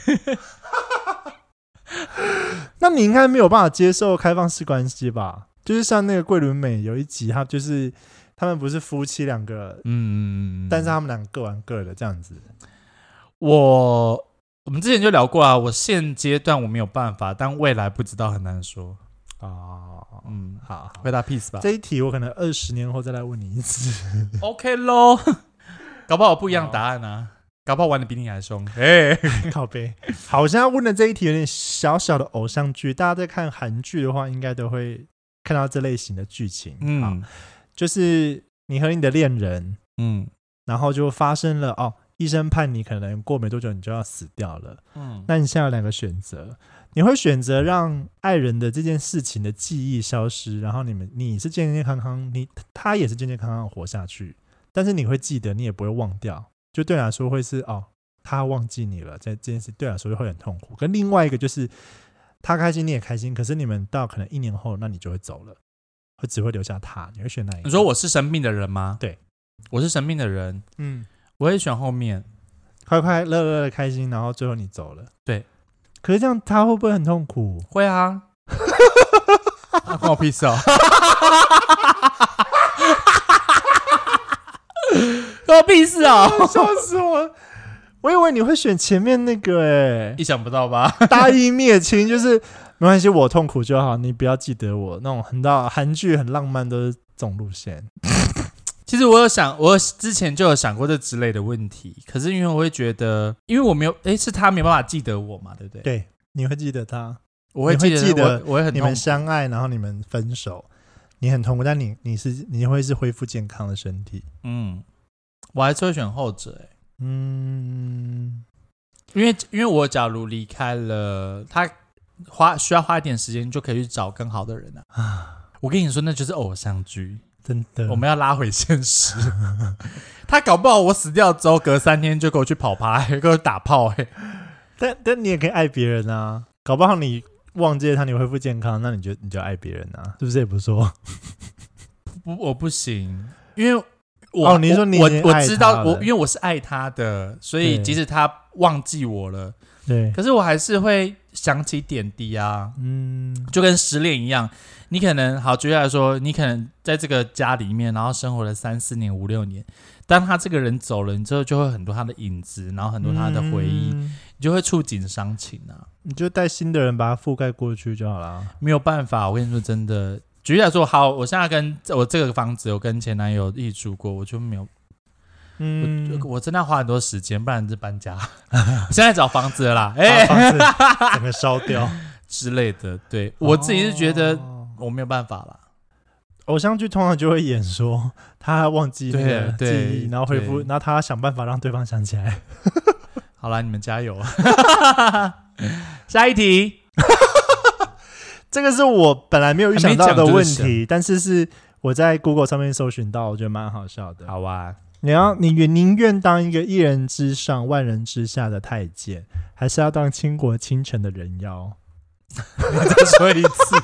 [SPEAKER 2] 那你应该没有办法接受开放式关系吧？就是像那个桂纶镁有一集，他就是他们不是夫妻两个，
[SPEAKER 1] 嗯，
[SPEAKER 2] 但是他们两个各玩各的这样子，
[SPEAKER 1] 我我们之前就聊过啊，我现阶段我没有办法，但未来不知道很难说。
[SPEAKER 2] 哦，
[SPEAKER 1] 嗯，
[SPEAKER 2] 好，好
[SPEAKER 1] 回答 peace 吧
[SPEAKER 2] 这一题我可能二十年后再来问你一次。 [laughs]
[SPEAKER 1] ，OK 喽。 [laughs] 搞不好不一样答案啊，搞不好玩的比你还
[SPEAKER 2] [laughs]
[SPEAKER 1] 凶。哎、
[SPEAKER 2] 靠背。好，我现在问的这一题有点小小的偶像剧，大家在看韩剧的话，应该都会看到这类型的剧情。好，
[SPEAKER 1] 嗯
[SPEAKER 2] 就是你和你的恋人，
[SPEAKER 1] 嗯
[SPEAKER 2] 然后就发生了哦，医生判你可能过没多久你就要死掉了。
[SPEAKER 1] 嗯，
[SPEAKER 2] 那你现在有两个选择，你会选择让爱人的这件事情的记忆消失，然后你们你是健健康康，你他也是健健康康地活下去，但是你会记得，你也不会忘掉，就对你来说会是哦，他忘记你了，在这件事对你来说会很痛苦。跟另外一个就是他开心你也开心，可是你们到可能一年后，那你就会走了，会只会留下他，你会选哪一个？
[SPEAKER 1] 你说我是生病的人吗？
[SPEAKER 2] 对，
[SPEAKER 1] 我是生病的人，
[SPEAKER 2] 嗯，
[SPEAKER 1] 我也选后面。
[SPEAKER 2] 快快乐乐的开心，然后最后你走了，
[SPEAKER 1] 对。
[SPEAKER 2] 可是这样他会不会很痛苦？
[SPEAKER 1] 会啊，啊关我屁事哦！关我屁事哦！
[SPEAKER 2] [laughs] 笑死我！我以为你会选前面那
[SPEAKER 1] [laughs]
[SPEAKER 2] 个哎、
[SPEAKER 1] 意想不到吧？
[SPEAKER 2] 大义灭亲，就是没关系，我痛苦就好，你不要记得我那种很到韩剧很浪漫都是这种路线。
[SPEAKER 1] 其实我有想，我之前就有想过这之类的问题，可是因为我会觉得，因为我没有，诶，是他没办法记得我嘛，对不对？
[SPEAKER 2] 对，你会记得他，
[SPEAKER 1] 我会
[SPEAKER 2] 你会
[SPEAKER 1] 记得，
[SPEAKER 2] 记得
[SPEAKER 1] 我我会很
[SPEAKER 2] 你
[SPEAKER 1] 痛
[SPEAKER 2] 们
[SPEAKER 1] 苦。
[SPEAKER 2] 相爱，然后你们分手，你很痛苦，但你你是你会是恢复健康的身体。
[SPEAKER 1] 嗯，我还是会选后者、诶
[SPEAKER 2] 嗯，
[SPEAKER 1] 因为因为我假如离开了他，花需要花一点时间就可以去找更好的人啊。我跟你说，那就是偶像剧。
[SPEAKER 2] 真的，
[SPEAKER 1] 我们要拉回现实。 [laughs] 他搞不好我死掉之后，隔三天就给我去跑趴， [laughs] 还给我打炮、欸，
[SPEAKER 2] 但但你也可以爱别人啊，搞不好你忘记了他，你恢复健康，那你就你就爱别人啊，是不是也不错？
[SPEAKER 1] 不，我不行，因为我
[SPEAKER 2] 哦你说你已
[SPEAKER 1] 我
[SPEAKER 2] 经
[SPEAKER 1] 我
[SPEAKER 2] 爱
[SPEAKER 1] 知
[SPEAKER 2] 他
[SPEAKER 1] 道我
[SPEAKER 2] 了
[SPEAKER 1] 因为我是爱他的，所以
[SPEAKER 2] 对
[SPEAKER 1] 即使他忘记我了，
[SPEAKER 2] 对，
[SPEAKER 1] 可是我还是会想起点滴啊，
[SPEAKER 2] 嗯，
[SPEAKER 1] 就跟失恋一样。你可能好，举例来说，你可能在这个家里面，然后生活了三四年、五六年，当他这个人走了，你之后就会很多他的影子，然后很多他的回忆，
[SPEAKER 2] 嗯
[SPEAKER 1] 你就会触景伤情啊。
[SPEAKER 2] 你就带新的人把它覆盖过去就好啦。
[SPEAKER 1] 没有办法，我跟你说真的。举例来说，好，我现在跟我这个房子，我跟前男友一起住过，我就没有，
[SPEAKER 2] 嗯，
[SPEAKER 1] 我我真的要花很多时间，不然就搬 [laughs] 家。我现在找房子了啦，哎、
[SPEAKER 2] 把房子整个烧掉。
[SPEAKER 1] 之类的。对 [laughs] 我自己是觉得
[SPEAKER 2] 哦
[SPEAKER 1] 我没有办法啦。
[SPEAKER 2] 偶像剧通常就会演说他忘记那个
[SPEAKER 1] 对对
[SPEAKER 2] 记忆，然后恢复，
[SPEAKER 1] 对
[SPEAKER 2] 然后他想办法让对方想起来。
[SPEAKER 1] 好啦，你们加 [laughs] 油。下一题，
[SPEAKER 2] 这个是我本来没有预想到的
[SPEAKER 1] 还没
[SPEAKER 2] 问
[SPEAKER 1] 讲就是
[SPEAKER 2] 题，但是是我在 Google 上面搜寻到，我觉得蛮好笑的。
[SPEAKER 1] 好啊，
[SPEAKER 2] 你要你宁愿当一个一人之上万人之下的太监，还是要当倾国倾城的人
[SPEAKER 1] [laughs]
[SPEAKER 2] 妖？ [laughs]
[SPEAKER 1] 再说一次。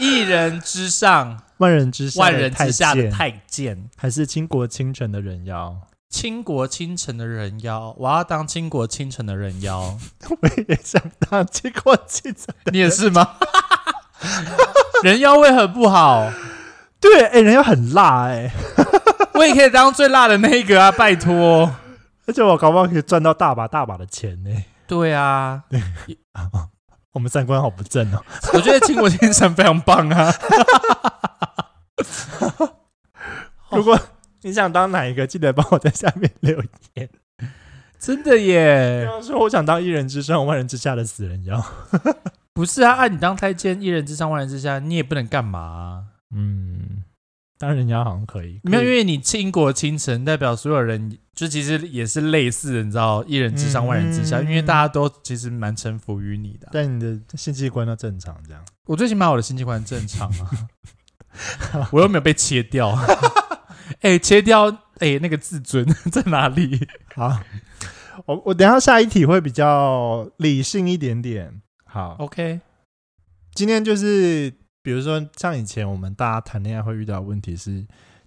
[SPEAKER 1] 一人之上，
[SPEAKER 2] 万人之下
[SPEAKER 1] 万
[SPEAKER 2] 的
[SPEAKER 1] 人
[SPEAKER 2] 太
[SPEAKER 1] 之下的
[SPEAKER 2] 监
[SPEAKER 1] 太监，
[SPEAKER 2] 还是倾国倾城的人妖？ [laughs]
[SPEAKER 1] 倾国倾城的人妖，我要当倾国倾城的人妖。 [laughs]
[SPEAKER 2] 我也想当倾国倾城。
[SPEAKER 1] 你也是吗？ [laughs] 人妖味很不好，
[SPEAKER 2] 对，哎、人妖很辣哎、
[SPEAKER 1] 我也可以当最辣的那一个 [laughs] 啊，拜托。
[SPEAKER 2] 而且我搞不好可以赚到大把大把的钱呢、
[SPEAKER 1] 对啊，
[SPEAKER 2] 我们三观好不正哦。
[SPEAKER 1] 我觉得倾国倾城非常棒啊。哦
[SPEAKER 2] 如果你想当哪一个，记得帮我在下面留
[SPEAKER 1] [laughs]
[SPEAKER 2] 言。
[SPEAKER 1] [laughs] 真的
[SPEAKER 2] 比
[SPEAKER 1] 耶，
[SPEAKER 2] 方说，我想当一人之上万人之下的死人妖。
[SPEAKER 1] 不是啊，按你当太监，一人之上万人之下，你也不能干嘛啊、
[SPEAKER 2] 嗯，当人妖好像可以，
[SPEAKER 1] 没有，因为你倾国倾城，代表所有人就其实也是类似的，你知道，一人之上万人之下，
[SPEAKER 2] 嗯
[SPEAKER 1] 因为大家都其实蛮臣服于你的啊、
[SPEAKER 2] 但你的性器官要正常
[SPEAKER 1] [laughs]
[SPEAKER 2] 这样。
[SPEAKER 1] 我最起码我的性器官正常啊， [laughs] 我又没有被切掉。 [laughs] 哎、切掉哎、那个自尊 [laughs] 在哪里？
[SPEAKER 2] 好，我我等一下下一题会比较理性一点点。好
[SPEAKER 1] OK，
[SPEAKER 2] 今天就是，比如说像以前我们大家谈恋爱会遇到的问题是，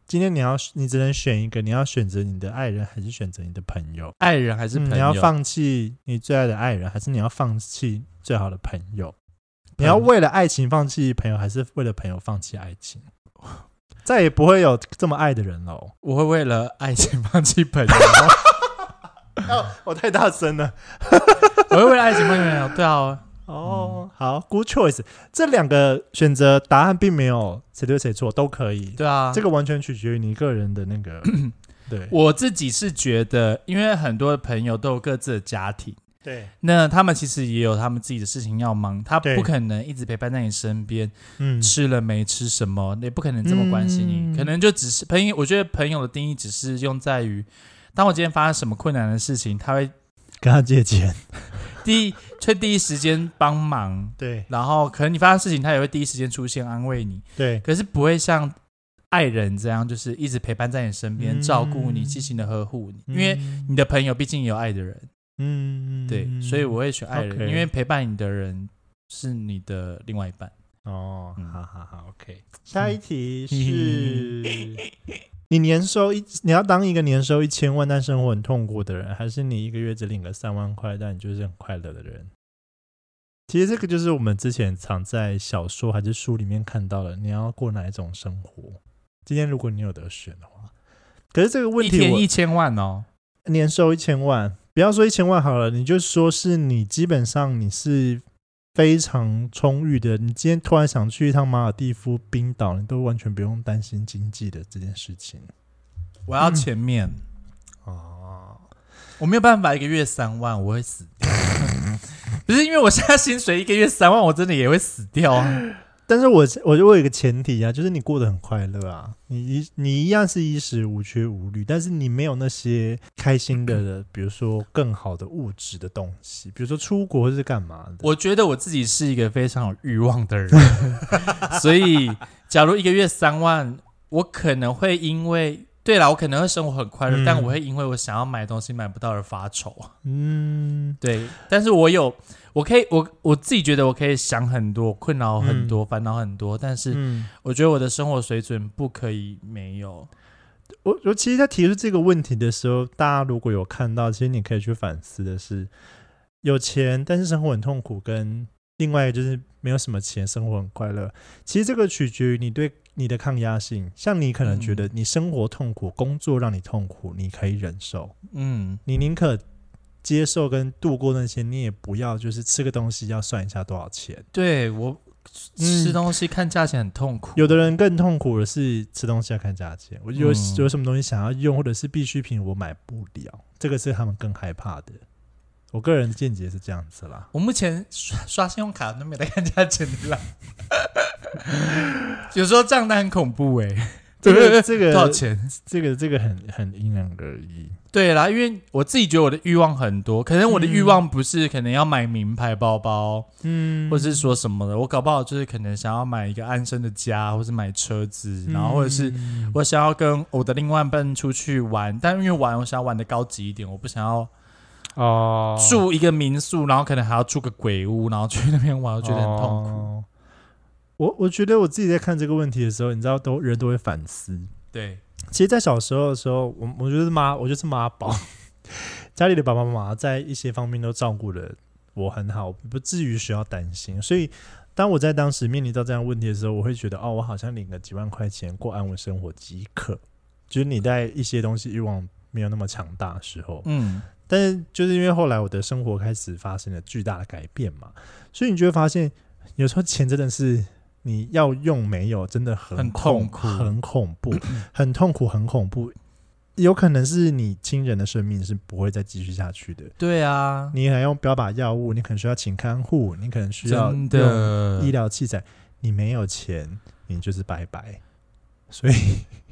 [SPEAKER 2] 今天你要你只能选一个，你要选择你的爱人还是选择你的朋友？
[SPEAKER 1] 爱人还是朋友？
[SPEAKER 2] 嗯你要放弃你最爱的爱人，还是你要放弃最好的朋友？你
[SPEAKER 1] 朋
[SPEAKER 2] 要
[SPEAKER 1] 友
[SPEAKER 2] 为了爱情放弃朋友，还是为了朋友放弃爱情？再也不会有这么爱的人喽。
[SPEAKER 1] 我会为了爱情放弃朋友。
[SPEAKER 2] 哦，我太大声了。
[SPEAKER 1] 我会为了爱情梦游没有？对啊，
[SPEAKER 2] 哦，好，Good choice。这两个选择答案并没有谁对谁错，都可以。
[SPEAKER 1] 对啊，
[SPEAKER 2] 这个完全取决于你个人的那 [coughs] 个，对
[SPEAKER 1] 我自己是觉得，因为很多朋友都有各自的家庭，
[SPEAKER 2] 对，
[SPEAKER 1] 那他们其实也有他们自己的事情要忙，他
[SPEAKER 2] 对
[SPEAKER 1] 不可能一直陪伴在你身边，
[SPEAKER 2] 嗯，
[SPEAKER 1] 吃了没吃什么，也不可能这么关心你，
[SPEAKER 2] 嗯
[SPEAKER 1] 可能就只是朋友。我觉得朋友的定义只是用在于，当我今天发生什么困难的事情，他会
[SPEAKER 2] 跟他借钱，
[SPEAKER 1] 第一，却第一时间帮忙，
[SPEAKER 2] 对
[SPEAKER 1] 然后可能你发生事情，他也会第一时间出现安慰你，
[SPEAKER 2] 对，
[SPEAKER 1] 可是不会像爱人这样，就是一直陪伴在你身边，
[SPEAKER 2] 嗯
[SPEAKER 1] 照顾你，细心的呵护你，因为你的朋友毕竟也有爱的人。
[SPEAKER 2] 嗯，嗯
[SPEAKER 1] 对，所以我会选爱人
[SPEAKER 2] OK
[SPEAKER 1] 因为陪伴你的人是你的另外一半。
[SPEAKER 2] 哦
[SPEAKER 1] 嗯，
[SPEAKER 2] 好好好，OK。下一题
[SPEAKER 1] 嗯
[SPEAKER 2] 是。你年收一，你要当一个年收一千万但生活很痛苦的人，还是你一个月只领个三万块，但你就是很快乐的人？其实这个就是我们之前常在小说还是书里面看到的，你要过哪一种生活？今天如果你有得选的话，可是这个问
[SPEAKER 1] 一
[SPEAKER 2] 题
[SPEAKER 1] 天
[SPEAKER 2] 我
[SPEAKER 1] 一千万哦，
[SPEAKER 2] 年收一千万，不要说一千万好了，你就说是你基本上你是非常充裕的。你今天突然想去一趟马尔蒂夫、冰岛，你都完全不用担心经济的这件事情。
[SPEAKER 1] 我要前面，
[SPEAKER 2] 嗯哦，
[SPEAKER 1] 我没有办法一个月三万，我会死掉。 [laughs] 不是因为我现在薪水一个月三万，我真的也会死掉啊！
[SPEAKER 2] 但是我我就我有一个前提啊，就是你过得很快乐啊，你一你一样是衣食无缺无虑，但是你没有那些开心的，比如说更好的物质的东西，比如说出国或是干嘛的。
[SPEAKER 1] 我觉得我自己是一个非常有欲望的人，
[SPEAKER 2] [laughs]
[SPEAKER 1] 所以假如一个月三万，我可能会因为对啦，我可能会生活很快乐，
[SPEAKER 2] 嗯
[SPEAKER 1] 但我会因为我想要买东西买不到而发愁。
[SPEAKER 2] 嗯，
[SPEAKER 1] 对，但是我有，我可以，我我自己觉得我可以想很多，困扰很多，烦恼很多，但是
[SPEAKER 2] 嗯
[SPEAKER 1] 我觉得我的生活水准不可以没有。
[SPEAKER 2] 我我其实，在提出这个问题的时候，大家如果有看到，其实你可以去反思的是，有钱但是生活很痛苦，跟另外一个就是没有什么钱，生活很快乐。其实这个取决于你对你的抗压性。像你可能觉得你生活痛苦，工作让你痛苦，你可以忍受，
[SPEAKER 1] 嗯，
[SPEAKER 2] 你宁可接受跟度过那些，你也不要就是吃个东西要算一下多少钱。
[SPEAKER 1] 对我
[SPEAKER 2] 嗯
[SPEAKER 1] 吃东西看价钱很痛苦，
[SPEAKER 2] 有的人更痛苦的是吃东西要看价钱，我有、
[SPEAKER 1] 嗯
[SPEAKER 2] 有什么东西想要用或者是必需品我买不了，这个是他们更害怕的。我个人见解是这样子啦。
[SPEAKER 1] 我目前刷刷信用卡都没有在看价钱的啦。 [laughs] 有时候账单很恐怖哎、
[SPEAKER 2] 这个这 [laughs]
[SPEAKER 1] 多少
[SPEAKER 2] 个
[SPEAKER 1] 钱？
[SPEAKER 2] 这个这个很很因人而异。
[SPEAKER 1] 对啦，因为我自己觉得我的欲望很多，可能我的欲
[SPEAKER 2] 嗯
[SPEAKER 1] 望不是可能要买名牌包包，
[SPEAKER 2] 嗯
[SPEAKER 1] 或是说什么的，我搞不好就是可能想要买一个安身的家，或是买车子，
[SPEAKER 2] 嗯
[SPEAKER 1] 然后或者是我想要跟我的另外一半出去玩，但因为玩我想要玩的高级一点，我不想要
[SPEAKER 2] 哦
[SPEAKER 1] 住一个民宿，然后可能还要住个鬼屋，然后去那边玩，我觉得很痛苦。
[SPEAKER 2] 哦我我觉得我自己在看这个问题的时候，你知道都人都会反思，
[SPEAKER 1] 对，
[SPEAKER 2] 其实，在小时候的时候，我我就是妈，我就是妈宝，家里的爸爸妈妈在一些方面都照顾的我很好，不至于需要担心。所以，当我在当时面临到这样的问题的时候，我会觉得，哦，我好像领个几万块钱过安稳生活即可。就是你在一些东西欲望没有那么强大的时候，
[SPEAKER 1] 嗯，
[SPEAKER 2] 但是就是因为后来我的生活开始发生了巨大的改变嘛，所以你就会发现，有时候钱真的是你要用没有，真的很
[SPEAKER 1] 很
[SPEAKER 2] 恐
[SPEAKER 1] 痛苦嗯
[SPEAKER 2] 很恐怖，很痛苦，很恐怖。有可能是你亲人的生命是不会再继续下去的，
[SPEAKER 1] 对啊，
[SPEAKER 2] 你还用标靶药物，你可能需要请看护，你可能需要
[SPEAKER 1] 真
[SPEAKER 2] 用
[SPEAKER 1] 的
[SPEAKER 2] 医疗器材，你没有钱，你就是拜拜。所以，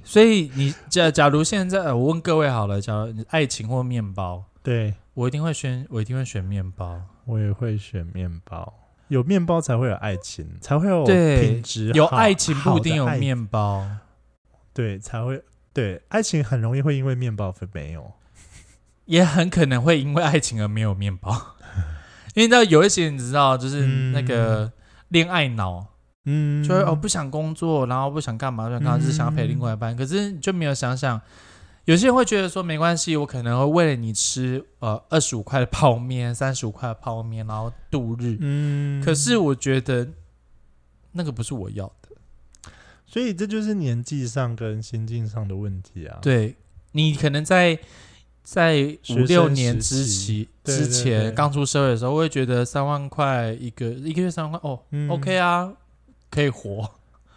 [SPEAKER 1] 所以你假假如现在呃我问各位好了，假如你爱情或面包，
[SPEAKER 2] 对
[SPEAKER 1] 我一定会选，我一定会选面包。
[SPEAKER 2] 我也会选面包，有面包才会有爱情，才会有
[SPEAKER 1] 对
[SPEAKER 2] 品质好，
[SPEAKER 1] 有爱情
[SPEAKER 2] 好
[SPEAKER 1] 不
[SPEAKER 2] 的
[SPEAKER 1] 一定有
[SPEAKER 2] 爱，
[SPEAKER 1] 面包。
[SPEAKER 2] 对，才会对爱情很容易会因为面包分没有，
[SPEAKER 1] 也很可能会因为爱情而没有面包， [laughs] 因为你知道有一些人知道，就是
[SPEAKER 2] 嗯
[SPEAKER 1] 那个恋爱脑，
[SPEAKER 2] 嗯，
[SPEAKER 1] 就会哦不想工作，然后不想干嘛，不想干嘛，
[SPEAKER 2] 嗯
[SPEAKER 1] 就是想要陪另外一半，可是你就没有想想。有些人会觉得说没关系，我可能会为了你吃呃二十五块的泡面、三十五块的泡面，然后度日。
[SPEAKER 2] 嗯，
[SPEAKER 1] 可是我觉得那个不是我要的。
[SPEAKER 2] 所以这就是年纪上跟心境上的问题啊，
[SPEAKER 1] 对你可能在在
[SPEAKER 2] 学
[SPEAKER 1] 五六
[SPEAKER 2] 生
[SPEAKER 1] 年
[SPEAKER 2] 时
[SPEAKER 1] 之
[SPEAKER 2] 期
[SPEAKER 1] 期
[SPEAKER 2] 对
[SPEAKER 1] 之
[SPEAKER 2] 对对
[SPEAKER 1] 前刚出社会的时候，我也觉得三万块一个一个月三万块哦、
[SPEAKER 2] 嗯
[SPEAKER 1] o k 啊，可以活。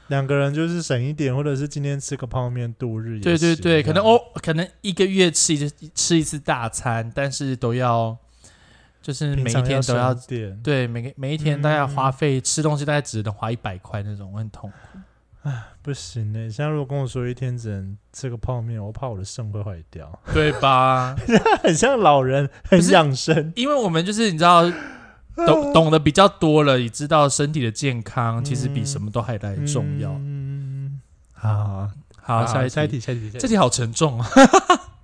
[SPEAKER 2] 两个人就是省一点，或者是今天吃个泡面度日也啊
[SPEAKER 1] 对对
[SPEAKER 2] 行
[SPEAKER 1] 对，可能
[SPEAKER 2] 这样
[SPEAKER 1] 哦，可能一个月吃一次吃一次大餐，但是都要就是
[SPEAKER 2] 平
[SPEAKER 1] 每一
[SPEAKER 2] 常
[SPEAKER 1] 天都要
[SPEAKER 2] 省嗯点，
[SPEAKER 1] 对每个每一天大概花费、吃东西大概只能花一百块那种，我很痛苦。
[SPEAKER 2] 不行呢、欸现在如果跟我说一天只能吃个泡面，我怕我的肾会坏掉， [laughs]
[SPEAKER 1] 对吧？
[SPEAKER 2] 很像老人，很
[SPEAKER 1] 不是
[SPEAKER 2] 养生。
[SPEAKER 1] 因为我们就是你知
[SPEAKER 2] [laughs]
[SPEAKER 1] 道。懂懂得比较多了，也知道身体的健康其实比什么都还来得重要。
[SPEAKER 2] 嗯，好啊，
[SPEAKER 1] 好，下一
[SPEAKER 2] 下一
[SPEAKER 1] 题，
[SPEAKER 2] 题，下一题，下一
[SPEAKER 1] 这
[SPEAKER 2] 题。
[SPEAKER 1] 题好沉重啊！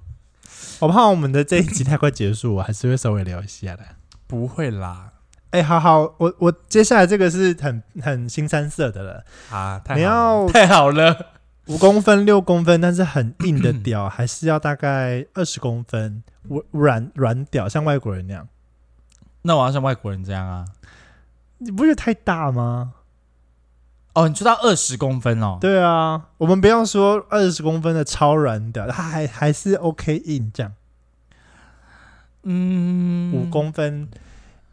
[SPEAKER 1] [laughs]
[SPEAKER 2] 我怕我们的这一集太快结束，我还是会稍微聊一下的。
[SPEAKER 1] 不会啦，
[SPEAKER 2] 哎、好好，我我接下来这个是很很新三色的了，
[SPEAKER 1] 啊，太
[SPEAKER 2] 你
[SPEAKER 1] 好了
[SPEAKER 2] 要
[SPEAKER 1] [laughs] 太好了，
[SPEAKER 2] 五公分、六公分，但是很硬的 [coughs] 屌，还是要大概二十公分，我软软屌，像外国人那样，
[SPEAKER 1] 那我要像外国人这样啊？
[SPEAKER 2] 你不觉得太大吗？
[SPEAKER 1] 哦，你知道二十公分哦？
[SPEAKER 2] 对啊，我们不要说二十公分的超软屌，它还还是 OK 硬这样，
[SPEAKER 1] 嗯，
[SPEAKER 2] 五。公分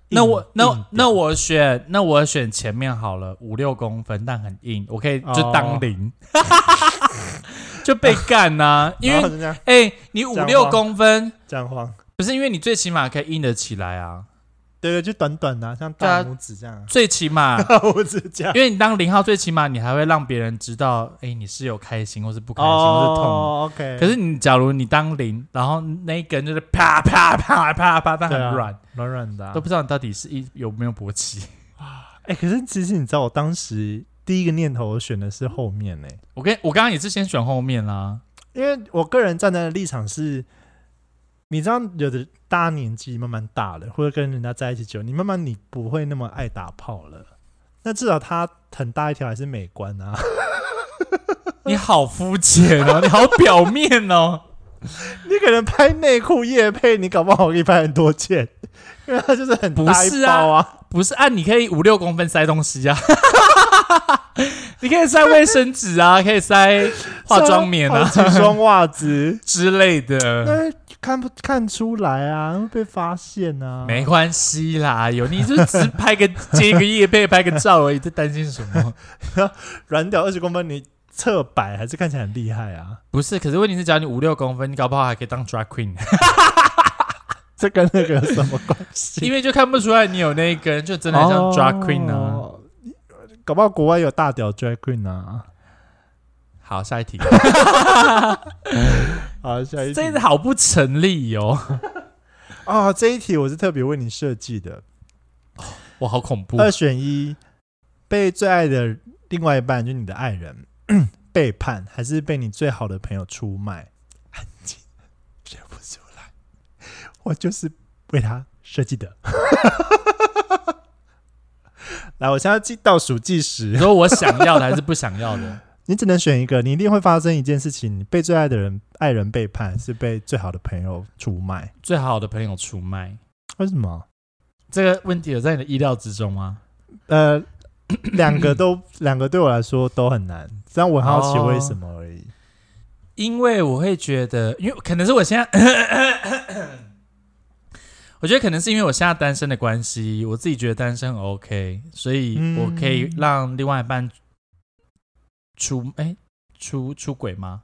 [SPEAKER 2] 硬。
[SPEAKER 1] 那我那我
[SPEAKER 2] 硬屌
[SPEAKER 1] 那我选那我选前面好了，五六公分，但很硬，我可
[SPEAKER 2] 哦
[SPEAKER 1] 以就当零， [laughs] 就被干呐、因
[SPEAKER 2] 然后
[SPEAKER 1] 为
[SPEAKER 2] 就这样
[SPEAKER 1] 哎、你五
[SPEAKER 2] 讲
[SPEAKER 1] 六
[SPEAKER 2] 话
[SPEAKER 1] 公分，
[SPEAKER 2] 这样晃，
[SPEAKER 1] 不是因为你最起码可以硬得起来啊，
[SPEAKER 2] 对对，就短短的啊、像
[SPEAKER 1] 对
[SPEAKER 2] 大
[SPEAKER 1] 啊
[SPEAKER 2] 拇指这样啊， [laughs]，
[SPEAKER 1] 最起码 [laughs]
[SPEAKER 2] 大拇指这样。
[SPEAKER 1] 因为你当零号，最起码你还会让别人知道，哎、你是有开心或是不开心、或是痛的。
[SPEAKER 2] 哦，OK。
[SPEAKER 1] 可是你假如你当零，然后那一根就是啪啪啪啪啪，但
[SPEAKER 2] 对啊
[SPEAKER 1] 很软，
[SPEAKER 2] 软软的啊、
[SPEAKER 1] 都不知道你到底是一有没有勃起。
[SPEAKER 2] 哎、可是其实你知道，我当时第一个念头我选的是后面呢、
[SPEAKER 1] 我跟我刚刚也是先选后面啦，
[SPEAKER 2] 因为我个人站在的立场是，你知道，有的大家年纪慢慢大了，或者跟人家在一起久，你慢慢你不会那么爱打炮了。那至少它很大一条还是美观啊， [laughs]
[SPEAKER 1] 你好肤浅哦，你好表面哦。 [laughs]
[SPEAKER 2] 你可能拍内裤夜配，你搞不好可以拍很多件， [laughs] 因为它就是很大
[SPEAKER 1] 不
[SPEAKER 2] 一
[SPEAKER 1] 是
[SPEAKER 2] 包
[SPEAKER 1] 啊
[SPEAKER 2] 啊。
[SPEAKER 1] 不是啊，你可以五六公分塞东西啊， [laughs] 你可以塞卫生纸啊，可以塞
[SPEAKER 2] [laughs]
[SPEAKER 1] 化妆棉啊，
[SPEAKER 2] 几双袜子 [laughs]
[SPEAKER 1] 之类的，
[SPEAKER 2] 那看不看出来啊？会被发现啊？
[SPEAKER 1] 没关系啦，有你就只拍个接一个夜配，拍个照而已，在担心什么？
[SPEAKER 2] 软屌二十公分，你侧摆还是看起来很厉害啊。
[SPEAKER 1] 不是，可是问题是，只要你五六公分，你搞不好还可以当 drag [laughs] queen，
[SPEAKER 2] 这跟那个有什么关系？
[SPEAKER 1] 因为就看不出来你有那一根， [laughs] 就真的很像 drag queen 啊。
[SPEAKER 2] 哦搞不好国外有大屌 drag queen 啊。
[SPEAKER 1] 好，下一题，
[SPEAKER 2] 好，下一
[SPEAKER 1] [laughs]
[SPEAKER 2] 题
[SPEAKER 1] 这好不成立哦，
[SPEAKER 2] 哦，这一题我是特别为你设计的，
[SPEAKER 1] 我好恐 [laughs] 怖。
[SPEAKER 2] 二选一，被最爱的另外一半，就是你的爱人背叛，还是被你最好的朋友出卖？安静，学不出来，我就是为他设计的。 [laughs] 来，我现在计倒数计时
[SPEAKER 1] 你，说我想要的还是不想要的？
[SPEAKER 2] 你只能选一个，你一定会发生一件事情：你被最爱的人、爱人背叛，是被最好的朋友出卖。
[SPEAKER 1] 最好的朋友出卖，
[SPEAKER 2] 为什么？
[SPEAKER 1] 这个问题有在你的意料之中吗？
[SPEAKER 2] 呃，两个都两个对我来说都很难，只让我很好奇为什么而已。
[SPEAKER 1] 因为我会觉得，因为可能是我现在， [coughs] 我觉得可能是因为我现在单身的关系，我自己觉得单身很 OK，所以
[SPEAKER 2] 嗯
[SPEAKER 1] 我可以让另外一半出哎、出出轨吗？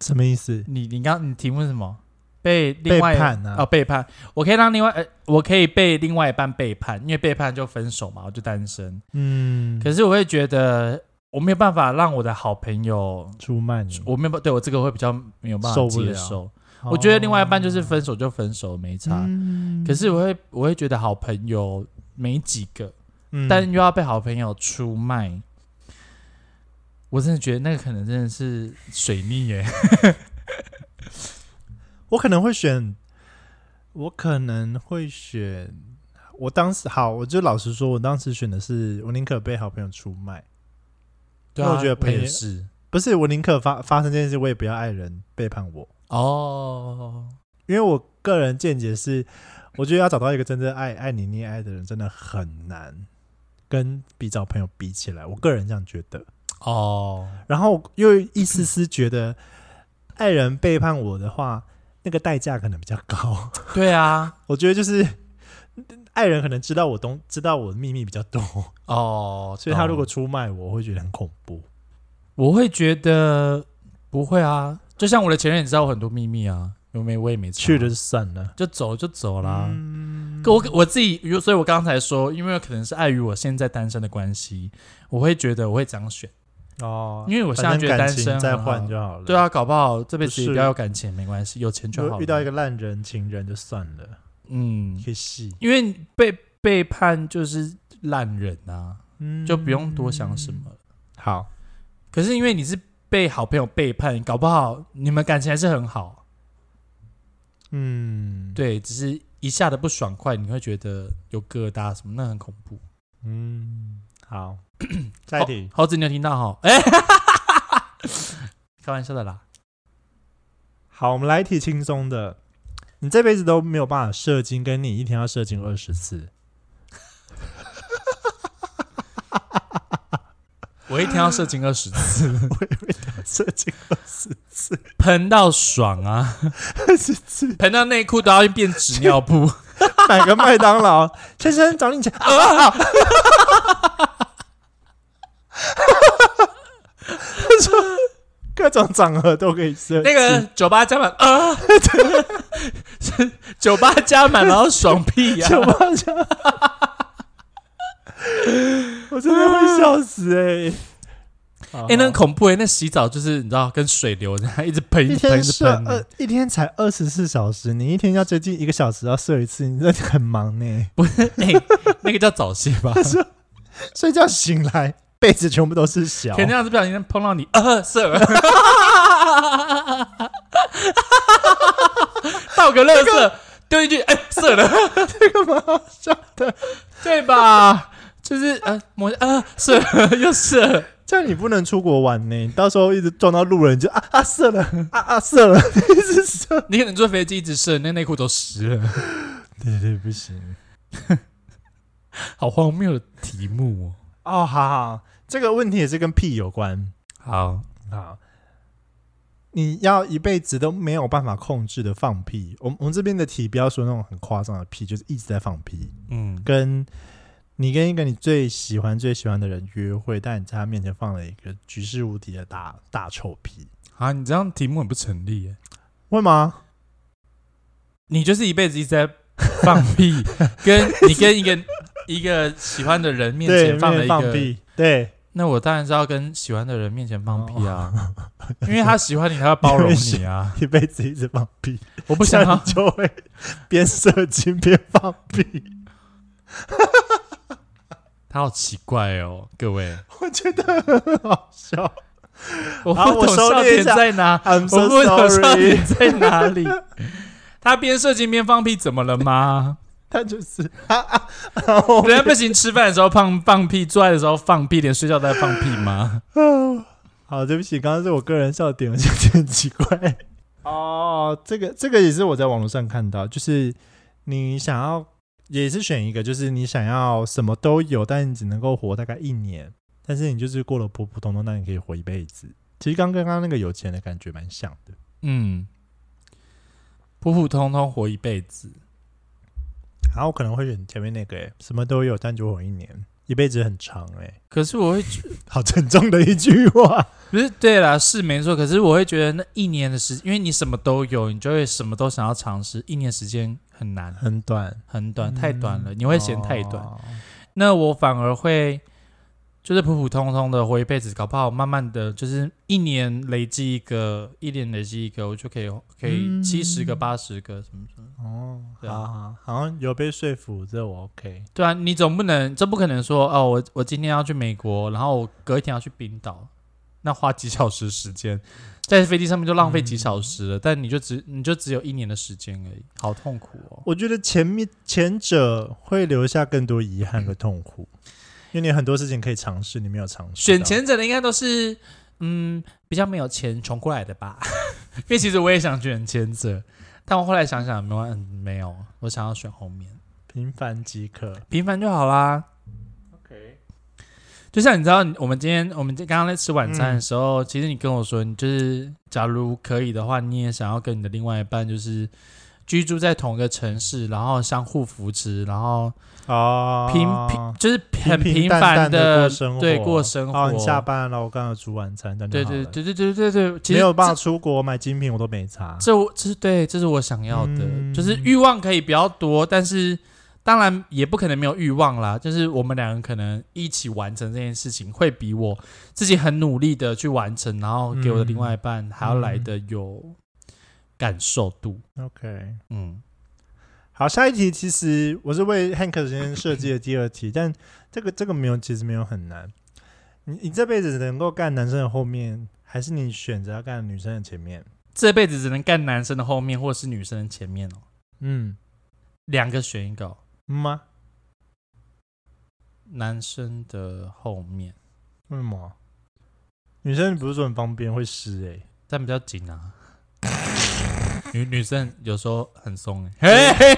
[SPEAKER 2] 什么意思？
[SPEAKER 1] 你你刚你题目是什么？被另
[SPEAKER 2] 背
[SPEAKER 1] 外
[SPEAKER 2] 叛啊？
[SPEAKER 1] 哦背叛，我可以让另外呃我可以被另外一半背叛，因为背叛就分手嘛，我就单身。
[SPEAKER 2] 嗯，
[SPEAKER 1] 可是我会觉得我没有办法让我的好朋友，
[SPEAKER 2] 出卖你，
[SPEAKER 1] 我没有办对我这个会比较没有办法
[SPEAKER 2] 受不
[SPEAKER 1] 接
[SPEAKER 2] 了
[SPEAKER 1] 受。我觉得另外一半就是分手就分手，没差。
[SPEAKER 2] 嗯
[SPEAKER 1] 可是我会我会觉得好朋友没几个，
[SPEAKER 2] 嗯
[SPEAKER 1] 但又要被好朋友出卖，我真的觉得那个可能真的是水逆
[SPEAKER 2] [laughs]
[SPEAKER 1] 耶。
[SPEAKER 2] 我可能会选，我可能会选。我当时好，我就老实说，我当时选的是，我宁可被好朋友出卖。
[SPEAKER 1] 对
[SPEAKER 2] 那
[SPEAKER 1] 啊，
[SPEAKER 2] 我觉得朋友
[SPEAKER 1] 也是
[SPEAKER 2] 不是，我宁可发发生这件事，我也不要爱人背叛我。
[SPEAKER 1] 哦，
[SPEAKER 2] 因为我个人见解是，我觉得要找到一个真正爱爱你溺爱的人真的很难，跟比找朋友比起来，我个人这样觉得。
[SPEAKER 1] 哦，
[SPEAKER 2] 然后又一丝丝觉得，爱人背叛我的话，那个代价可能比较高。 [laughs]
[SPEAKER 1] 对啊，
[SPEAKER 2] 我觉得就是爱人可能知道我东知道我的秘密比较多，
[SPEAKER 1] 哦，
[SPEAKER 2] [laughs] 所以他
[SPEAKER 1] 懂
[SPEAKER 2] 如果出卖我，我会觉得很恐怖。
[SPEAKER 1] 我会觉得不会啊，就像我的前任也知道我很多秘密啊，因为我也没查
[SPEAKER 2] 去了就算了，
[SPEAKER 1] 就走就走
[SPEAKER 2] 好
[SPEAKER 1] 啦。
[SPEAKER 2] 嗯
[SPEAKER 1] 可我我自己，所以我刚才说，因为可能是碍于我现在单身的关系，我会觉得我会这样选，
[SPEAKER 2] 哦，
[SPEAKER 1] 因为我现在
[SPEAKER 2] 反
[SPEAKER 1] 觉得
[SPEAKER 2] 正感
[SPEAKER 1] 单
[SPEAKER 2] 情
[SPEAKER 1] 身
[SPEAKER 2] 再
[SPEAKER 1] 很好
[SPEAKER 2] 换就好了。
[SPEAKER 1] 对，啊，搞不好这辈
[SPEAKER 2] 不
[SPEAKER 1] 子
[SPEAKER 2] 是
[SPEAKER 1] 也不要有感情没关系，有钱就好
[SPEAKER 2] 就
[SPEAKER 1] 了。
[SPEAKER 2] 遇到一个烂人、情人就算了，
[SPEAKER 1] 嗯，
[SPEAKER 2] 可以戏，
[SPEAKER 1] 因为被背叛就是烂人啊，
[SPEAKER 2] 嗯
[SPEAKER 1] 就不用多想什么。。
[SPEAKER 2] 好，
[SPEAKER 1] 可是因为你是被好朋友背叛，搞不好你们感情还是很好，
[SPEAKER 2] 嗯，，
[SPEAKER 1] 对，只是一下的不爽快，你会觉得有疙瘩什么，那很恐怖。
[SPEAKER 2] 嗯，
[SPEAKER 1] [clears throat]
[SPEAKER 2] 好，下一题，
[SPEAKER 1] 猴子，你有听到哈？哎、 [laughs] 开玩笑的啦。
[SPEAKER 2] 好，我们来一题轻松的。你这辈子都没有办法射精，跟你一天要射精二十次，
[SPEAKER 1] 我一天要射精二十 [laughs] 次，
[SPEAKER 2] 射精二十次，
[SPEAKER 1] 喷到爽啊！
[SPEAKER 2] 二十次，
[SPEAKER 1] 喷到内裤都要变纸尿 [laughs] 布。
[SPEAKER 2] 买个麦当劳， [laughs] 先生找你钱， [laughs]
[SPEAKER 1] 啊
[SPEAKER 2] 各种场合都可以射。
[SPEAKER 1] 那个酒吧加满啊， [laughs] 酒吧加满然后爽屁啊 [laughs] 呀、
[SPEAKER 2] 酒吧 [laughs] 加，我真的会笑死哎、欸！
[SPEAKER 1] 哎、那很恐怖哎、那洗澡就是你知道跟水流这样一直喷，一
[SPEAKER 2] 一呃
[SPEAKER 1] 直喷，
[SPEAKER 2] 天
[SPEAKER 1] 一直
[SPEAKER 2] 射
[SPEAKER 1] 喷、
[SPEAKER 2] 二，一天才二十四小时，你一天要接近一个小时要射一次，你真的很忙欸呢、
[SPEAKER 1] 不是， [laughs] 哎、那个叫早泄吧？
[SPEAKER 2] 睡觉醒来，被子全部都是小
[SPEAKER 1] 可。能那样子不小心碰到你，呃， [laughs] 射，倒个乐色，丢一句，哎、 [laughs] 射了，
[SPEAKER 2] 这个蛮好笑的，
[SPEAKER 1] 对吧？就是呃，摸呃，射了 [laughs] 又射了，
[SPEAKER 2] 这样你不能出国玩呢、你到时候一直撞到路人你就啊啊射了，啊啊射了， [laughs] 一直射。
[SPEAKER 1] 你可能坐飞机一直射，那内裤都湿了，
[SPEAKER 2] 对对，不行。
[SPEAKER 1] 好荒谬的题目
[SPEAKER 2] 哦，好好，这个问题也是跟屁有关。
[SPEAKER 1] 哦。好，
[SPEAKER 2] 好，你要一辈子都没有办法控制的放屁。我们我们这边的题不要说那种很夸张的屁，就是一直在放屁。
[SPEAKER 1] 嗯，
[SPEAKER 2] 跟你跟一个你最喜欢最喜欢的人约会，但你在他面前放了一个举世无敌的大大臭屁，
[SPEAKER 1] 啊，你这样题目很不成立耶，
[SPEAKER 2] 会吗？
[SPEAKER 1] 你就是一辈子一直在放 [laughs] 屁，跟你跟一个一个喜欢的人面
[SPEAKER 2] 对，
[SPEAKER 1] 前
[SPEAKER 2] 放
[SPEAKER 1] 放了一
[SPEAKER 2] 放
[SPEAKER 1] 个。
[SPEAKER 2] 屁，对，
[SPEAKER 1] 那我当然是要跟喜欢的人面前放屁啊，
[SPEAKER 2] 哦
[SPEAKER 1] [laughs] 因为他喜欢你，他要包容你啊。
[SPEAKER 2] 一辈子一直放屁，
[SPEAKER 1] 我 [laughs] 不
[SPEAKER 2] 不
[SPEAKER 1] 想
[SPEAKER 2] [laughs]
[SPEAKER 1] 要
[SPEAKER 2] 你，就会边射精边放屁。
[SPEAKER 1] 他好奇怪哦，各位，
[SPEAKER 2] 我觉得很好笑
[SPEAKER 1] 我
[SPEAKER 2] 好
[SPEAKER 1] 不懂
[SPEAKER 2] 我收
[SPEAKER 1] 笑
[SPEAKER 2] 敛
[SPEAKER 1] 点
[SPEAKER 2] 一下
[SPEAKER 1] 在哪，
[SPEAKER 2] ，I'm
[SPEAKER 1] 我
[SPEAKER 2] so
[SPEAKER 1] 不懂笑
[SPEAKER 2] sorry。
[SPEAKER 1] 点在哪里。他边射精边放屁，怎么了
[SPEAKER 2] [laughs]
[SPEAKER 1] 吗？
[SPEAKER 2] 他就是啊啊，然后
[SPEAKER 1] 人家不行，吃饭的时候放放屁，做爱的时候放屁，连睡觉都在放屁吗？
[SPEAKER 2] 啊好，对不起，刚刚是我个人笑点，我觉得很奇怪。哦，这个这个也是我在网络上看到，就是你想要也是选一个，就是你想要什么都有，但你只能够活大概一年，但是你就是过得普普通通，但你可以活一辈子。其实刚刚刚那个有钱的感觉蛮像的，
[SPEAKER 1] 嗯，普普通通活一辈子，
[SPEAKER 2] 然后我可能会选前面那个、欸，什么都有，但就活一年，一辈子很长、欸， [laughs] 哎，
[SPEAKER 1] 可是我会
[SPEAKER 2] 好沉重的一句话。
[SPEAKER 1] 不是对啦，是没错。可是我会觉得那一年的时，因为你什么都有，你就会什么都想要尝试。一年时间很难，
[SPEAKER 2] 很短，
[SPEAKER 1] 很短，太短了，你会嫌太短。
[SPEAKER 2] 嗯哦
[SPEAKER 1] 那我反而会就是普普通通的活一辈子，搞不好慢慢的就是一年累积一个，一年累积一个，我就可以可以
[SPEAKER 2] 嗯
[SPEAKER 1] 七十个、八十个什么什么。
[SPEAKER 2] 哦，
[SPEAKER 1] 对啊
[SPEAKER 2] 好好，好像有被说服，这我 OK。
[SPEAKER 1] 对啊，你总不能这不可能说哦，我我今天要去美国，然后我隔一天要去冰岛，那花几小时时间在飞机上面就浪费几小时了，但你就只你就只有一年的时间而已，好痛苦哦。
[SPEAKER 2] 我觉得前面前者会留下更多遗憾和痛苦，因为你很多事情可以尝试，你没有尝试。
[SPEAKER 1] 选，前者的应该都是嗯比较没有钱穷过来的吧， [laughs] 因为其实我也想选前者，但我后来想想没有、嗯、没有，我想要选后面
[SPEAKER 2] 平凡即可。
[SPEAKER 1] 平凡就好啦。
[SPEAKER 2] OK，
[SPEAKER 1] 就像你知道，我们今天我们刚刚在吃晚餐的时
[SPEAKER 2] 嗯
[SPEAKER 1] 候，其实你跟我说，你就是假如可以的话，你也想要跟你的另外一半就是居住在同一个城市，然后相互扶持，然后
[SPEAKER 2] 哦，
[SPEAKER 1] 平平就是很
[SPEAKER 2] 平
[SPEAKER 1] 平
[SPEAKER 2] 淡
[SPEAKER 1] 凡
[SPEAKER 2] 淡地
[SPEAKER 1] 的
[SPEAKER 2] 过生活
[SPEAKER 1] 对过生
[SPEAKER 2] 哦，
[SPEAKER 1] 活。
[SPEAKER 2] 你下班了，我刚刚有煮晚餐，等
[SPEAKER 1] 对
[SPEAKER 2] 等。
[SPEAKER 1] 对对对对对对，其实
[SPEAKER 2] 没有办
[SPEAKER 1] 这
[SPEAKER 2] 法出国买精品，我都没查。
[SPEAKER 1] 这我这是对，这是我想要的，
[SPEAKER 2] 嗯
[SPEAKER 1] 就是欲望可以比较多，但是当然也不可能没有欲望啦。就是我们两个可能一起完成这件事情，会比我自己很努力的去完成，然后给我的另外一半还要来的有感受度。
[SPEAKER 2] OK，
[SPEAKER 1] 嗯，
[SPEAKER 2] 好，下一题其实我是为 Hank 先生设计的第二题，但这个这个没有，其实没有很难。你你这辈子能够干男生的后面，还是你选择要干女生的前面？
[SPEAKER 1] 这辈子只能干男生的后面，或是女生的前面哦，
[SPEAKER 2] 嗯，
[SPEAKER 1] 两个选一个哦、
[SPEAKER 2] 嗯吗？
[SPEAKER 1] 男生的后面，
[SPEAKER 2] 为什么？女生不是说很方便会湿哎、
[SPEAKER 1] 但比较紧啊。女女生有时候很松哎、嘿。
[SPEAKER 2] 欸，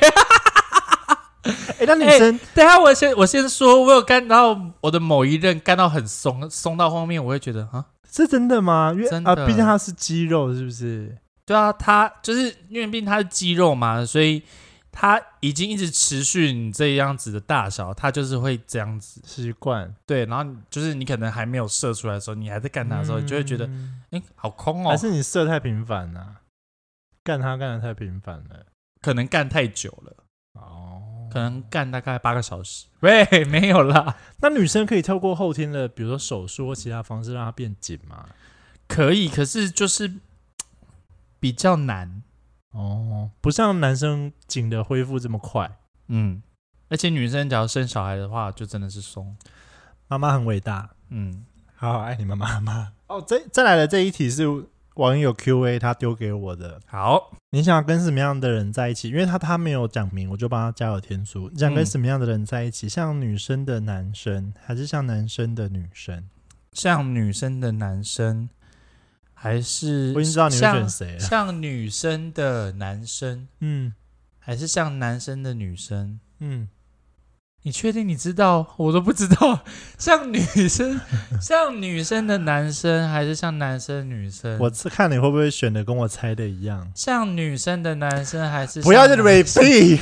[SPEAKER 2] 哎、那女生、
[SPEAKER 1] 等一下，我先我先说，我有干到我的某一任干到很松，松到后面我会觉得啊，
[SPEAKER 2] 是真的吗？因为
[SPEAKER 1] 真
[SPEAKER 2] 啊，
[SPEAKER 1] 的
[SPEAKER 2] 毕竟它是肌肉，是不是？
[SPEAKER 1] 对啊，他就是因为毕竟他是肌肉嘛，所以他已经一直持续你这样子的大小，他就是会这样子。
[SPEAKER 2] 习惯
[SPEAKER 1] 对，然后你就是你可能还没有射出来的时候，你还在干他的时候，你就会觉得哎、
[SPEAKER 2] 嗯
[SPEAKER 1] 诶好空哦
[SPEAKER 2] 还，是你射太频繁了、干他干的太频繁了。
[SPEAKER 1] 可能干太久了，
[SPEAKER 2] 哦，
[SPEAKER 1] 可能干大概八个小时。喂，没有啦，
[SPEAKER 2] 那女生可以透过后天的，比如说手术或其他方式让它变紧吗？
[SPEAKER 1] 可以，可是就是比较难，
[SPEAKER 2] 哦，不像男生紧的恢复这么快。
[SPEAKER 1] 嗯，而且女生只要生小孩的话，就真的是松。
[SPEAKER 2] 妈妈很伟大，
[SPEAKER 1] 嗯，
[SPEAKER 2] 好好爱你们妈妈。哦，这再来的这一题是网友 Q&A 他丢给我的，
[SPEAKER 1] 好，
[SPEAKER 2] 你想跟什么样的人在一起？因为他他没有讲明，我就帮他加了天数。你想跟什么样的人在一起？像女生的男生，还是像男生的女生？
[SPEAKER 1] 像女生的男生还是
[SPEAKER 2] 我已经知道你会选
[SPEAKER 1] 像
[SPEAKER 2] 谁了。
[SPEAKER 1] 像女生的男生
[SPEAKER 2] 嗯
[SPEAKER 1] 还是像男生的女生？
[SPEAKER 2] 嗯，
[SPEAKER 1] 你确定你知道？我都不知道。 [laughs] 像女生 [laughs] 像女生的男生还是像男生的女生？
[SPEAKER 2] 我是看你会不会选的跟我猜的一样。
[SPEAKER 1] 像女生的男生还是
[SPEAKER 2] 不要再
[SPEAKER 1] 像男生
[SPEAKER 2] repeat，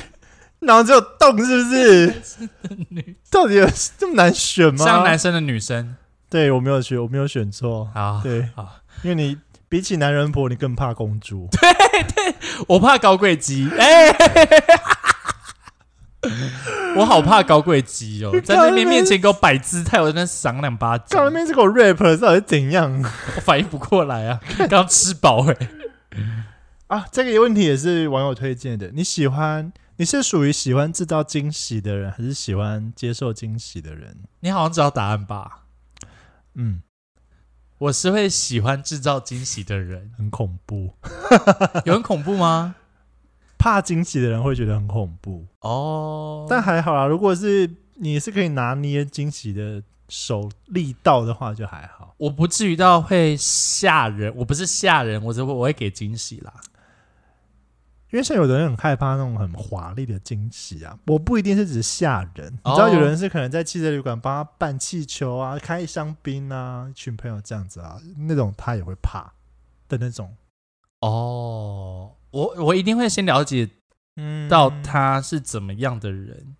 [SPEAKER 2] 脑子有洞是不是？
[SPEAKER 1] [laughs] 女
[SPEAKER 2] 到底有这么难选吗？
[SPEAKER 1] 像男生的女生？
[SPEAKER 2] 对我没有选，我没有选错。
[SPEAKER 1] 好，
[SPEAKER 2] 对
[SPEAKER 1] 好，
[SPEAKER 2] 因为你比起男人婆，你更怕公主。 [laughs]
[SPEAKER 1] 我怕高贵鸡，哎、 [laughs] 我好怕高贵鸡 [laughs] 哦，在那边面前给我摆姿态，我在那赏两巴
[SPEAKER 2] 干嘛
[SPEAKER 1] 掌，
[SPEAKER 2] 面这个 rap 到底是怎样
[SPEAKER 1] 我反应不过来 [laughs] 啊，刚吃饱哎、
[SPEAKER 2] 啊？这个问题也是网友推荐的。你喜欢？你是属于喜欢制造惊喜的人，还是喜欢接受惊喜的人？
[SPEAKER 1] 你好像知道答案吧？
[SPEAKER 2] 嗯，
[SPEAKER 1] 我是会喜欢制造惊喜的人，
[SPEAKER 2] 很恐怖。
[SPEAKER 1] 有很恐怖吗？
[SPEAKER 2] 怕惊喜的人会觉得很恐怖，
[SPEAKER 1] [laughs] 哦，
[SPEAKER 2] 但还好啦。如果是你是可以拿捏惊喜的手力道的话，就还好。
[SPEAKER 1] 我不至于到会吓人，我不是吓人，我只会我会给惊喜啦。
[SPEAKER 2] 因为像有的人很害怕那种很华丽的惊喜啊，我不一定是指吓人，
[SPEAKER 1] 哦
[SPEAKER 2] 你知道有人是可能在汽车旅馆帮他办气球啊、开一箱冰啊，一群朋友这样子啊，那种他也会怕的那种。
[SPEAKER 1] 哦，我我一定会先了解
[SPEAKER 2] 嗯
[SPEAKER 1] 到他是怎么样的人。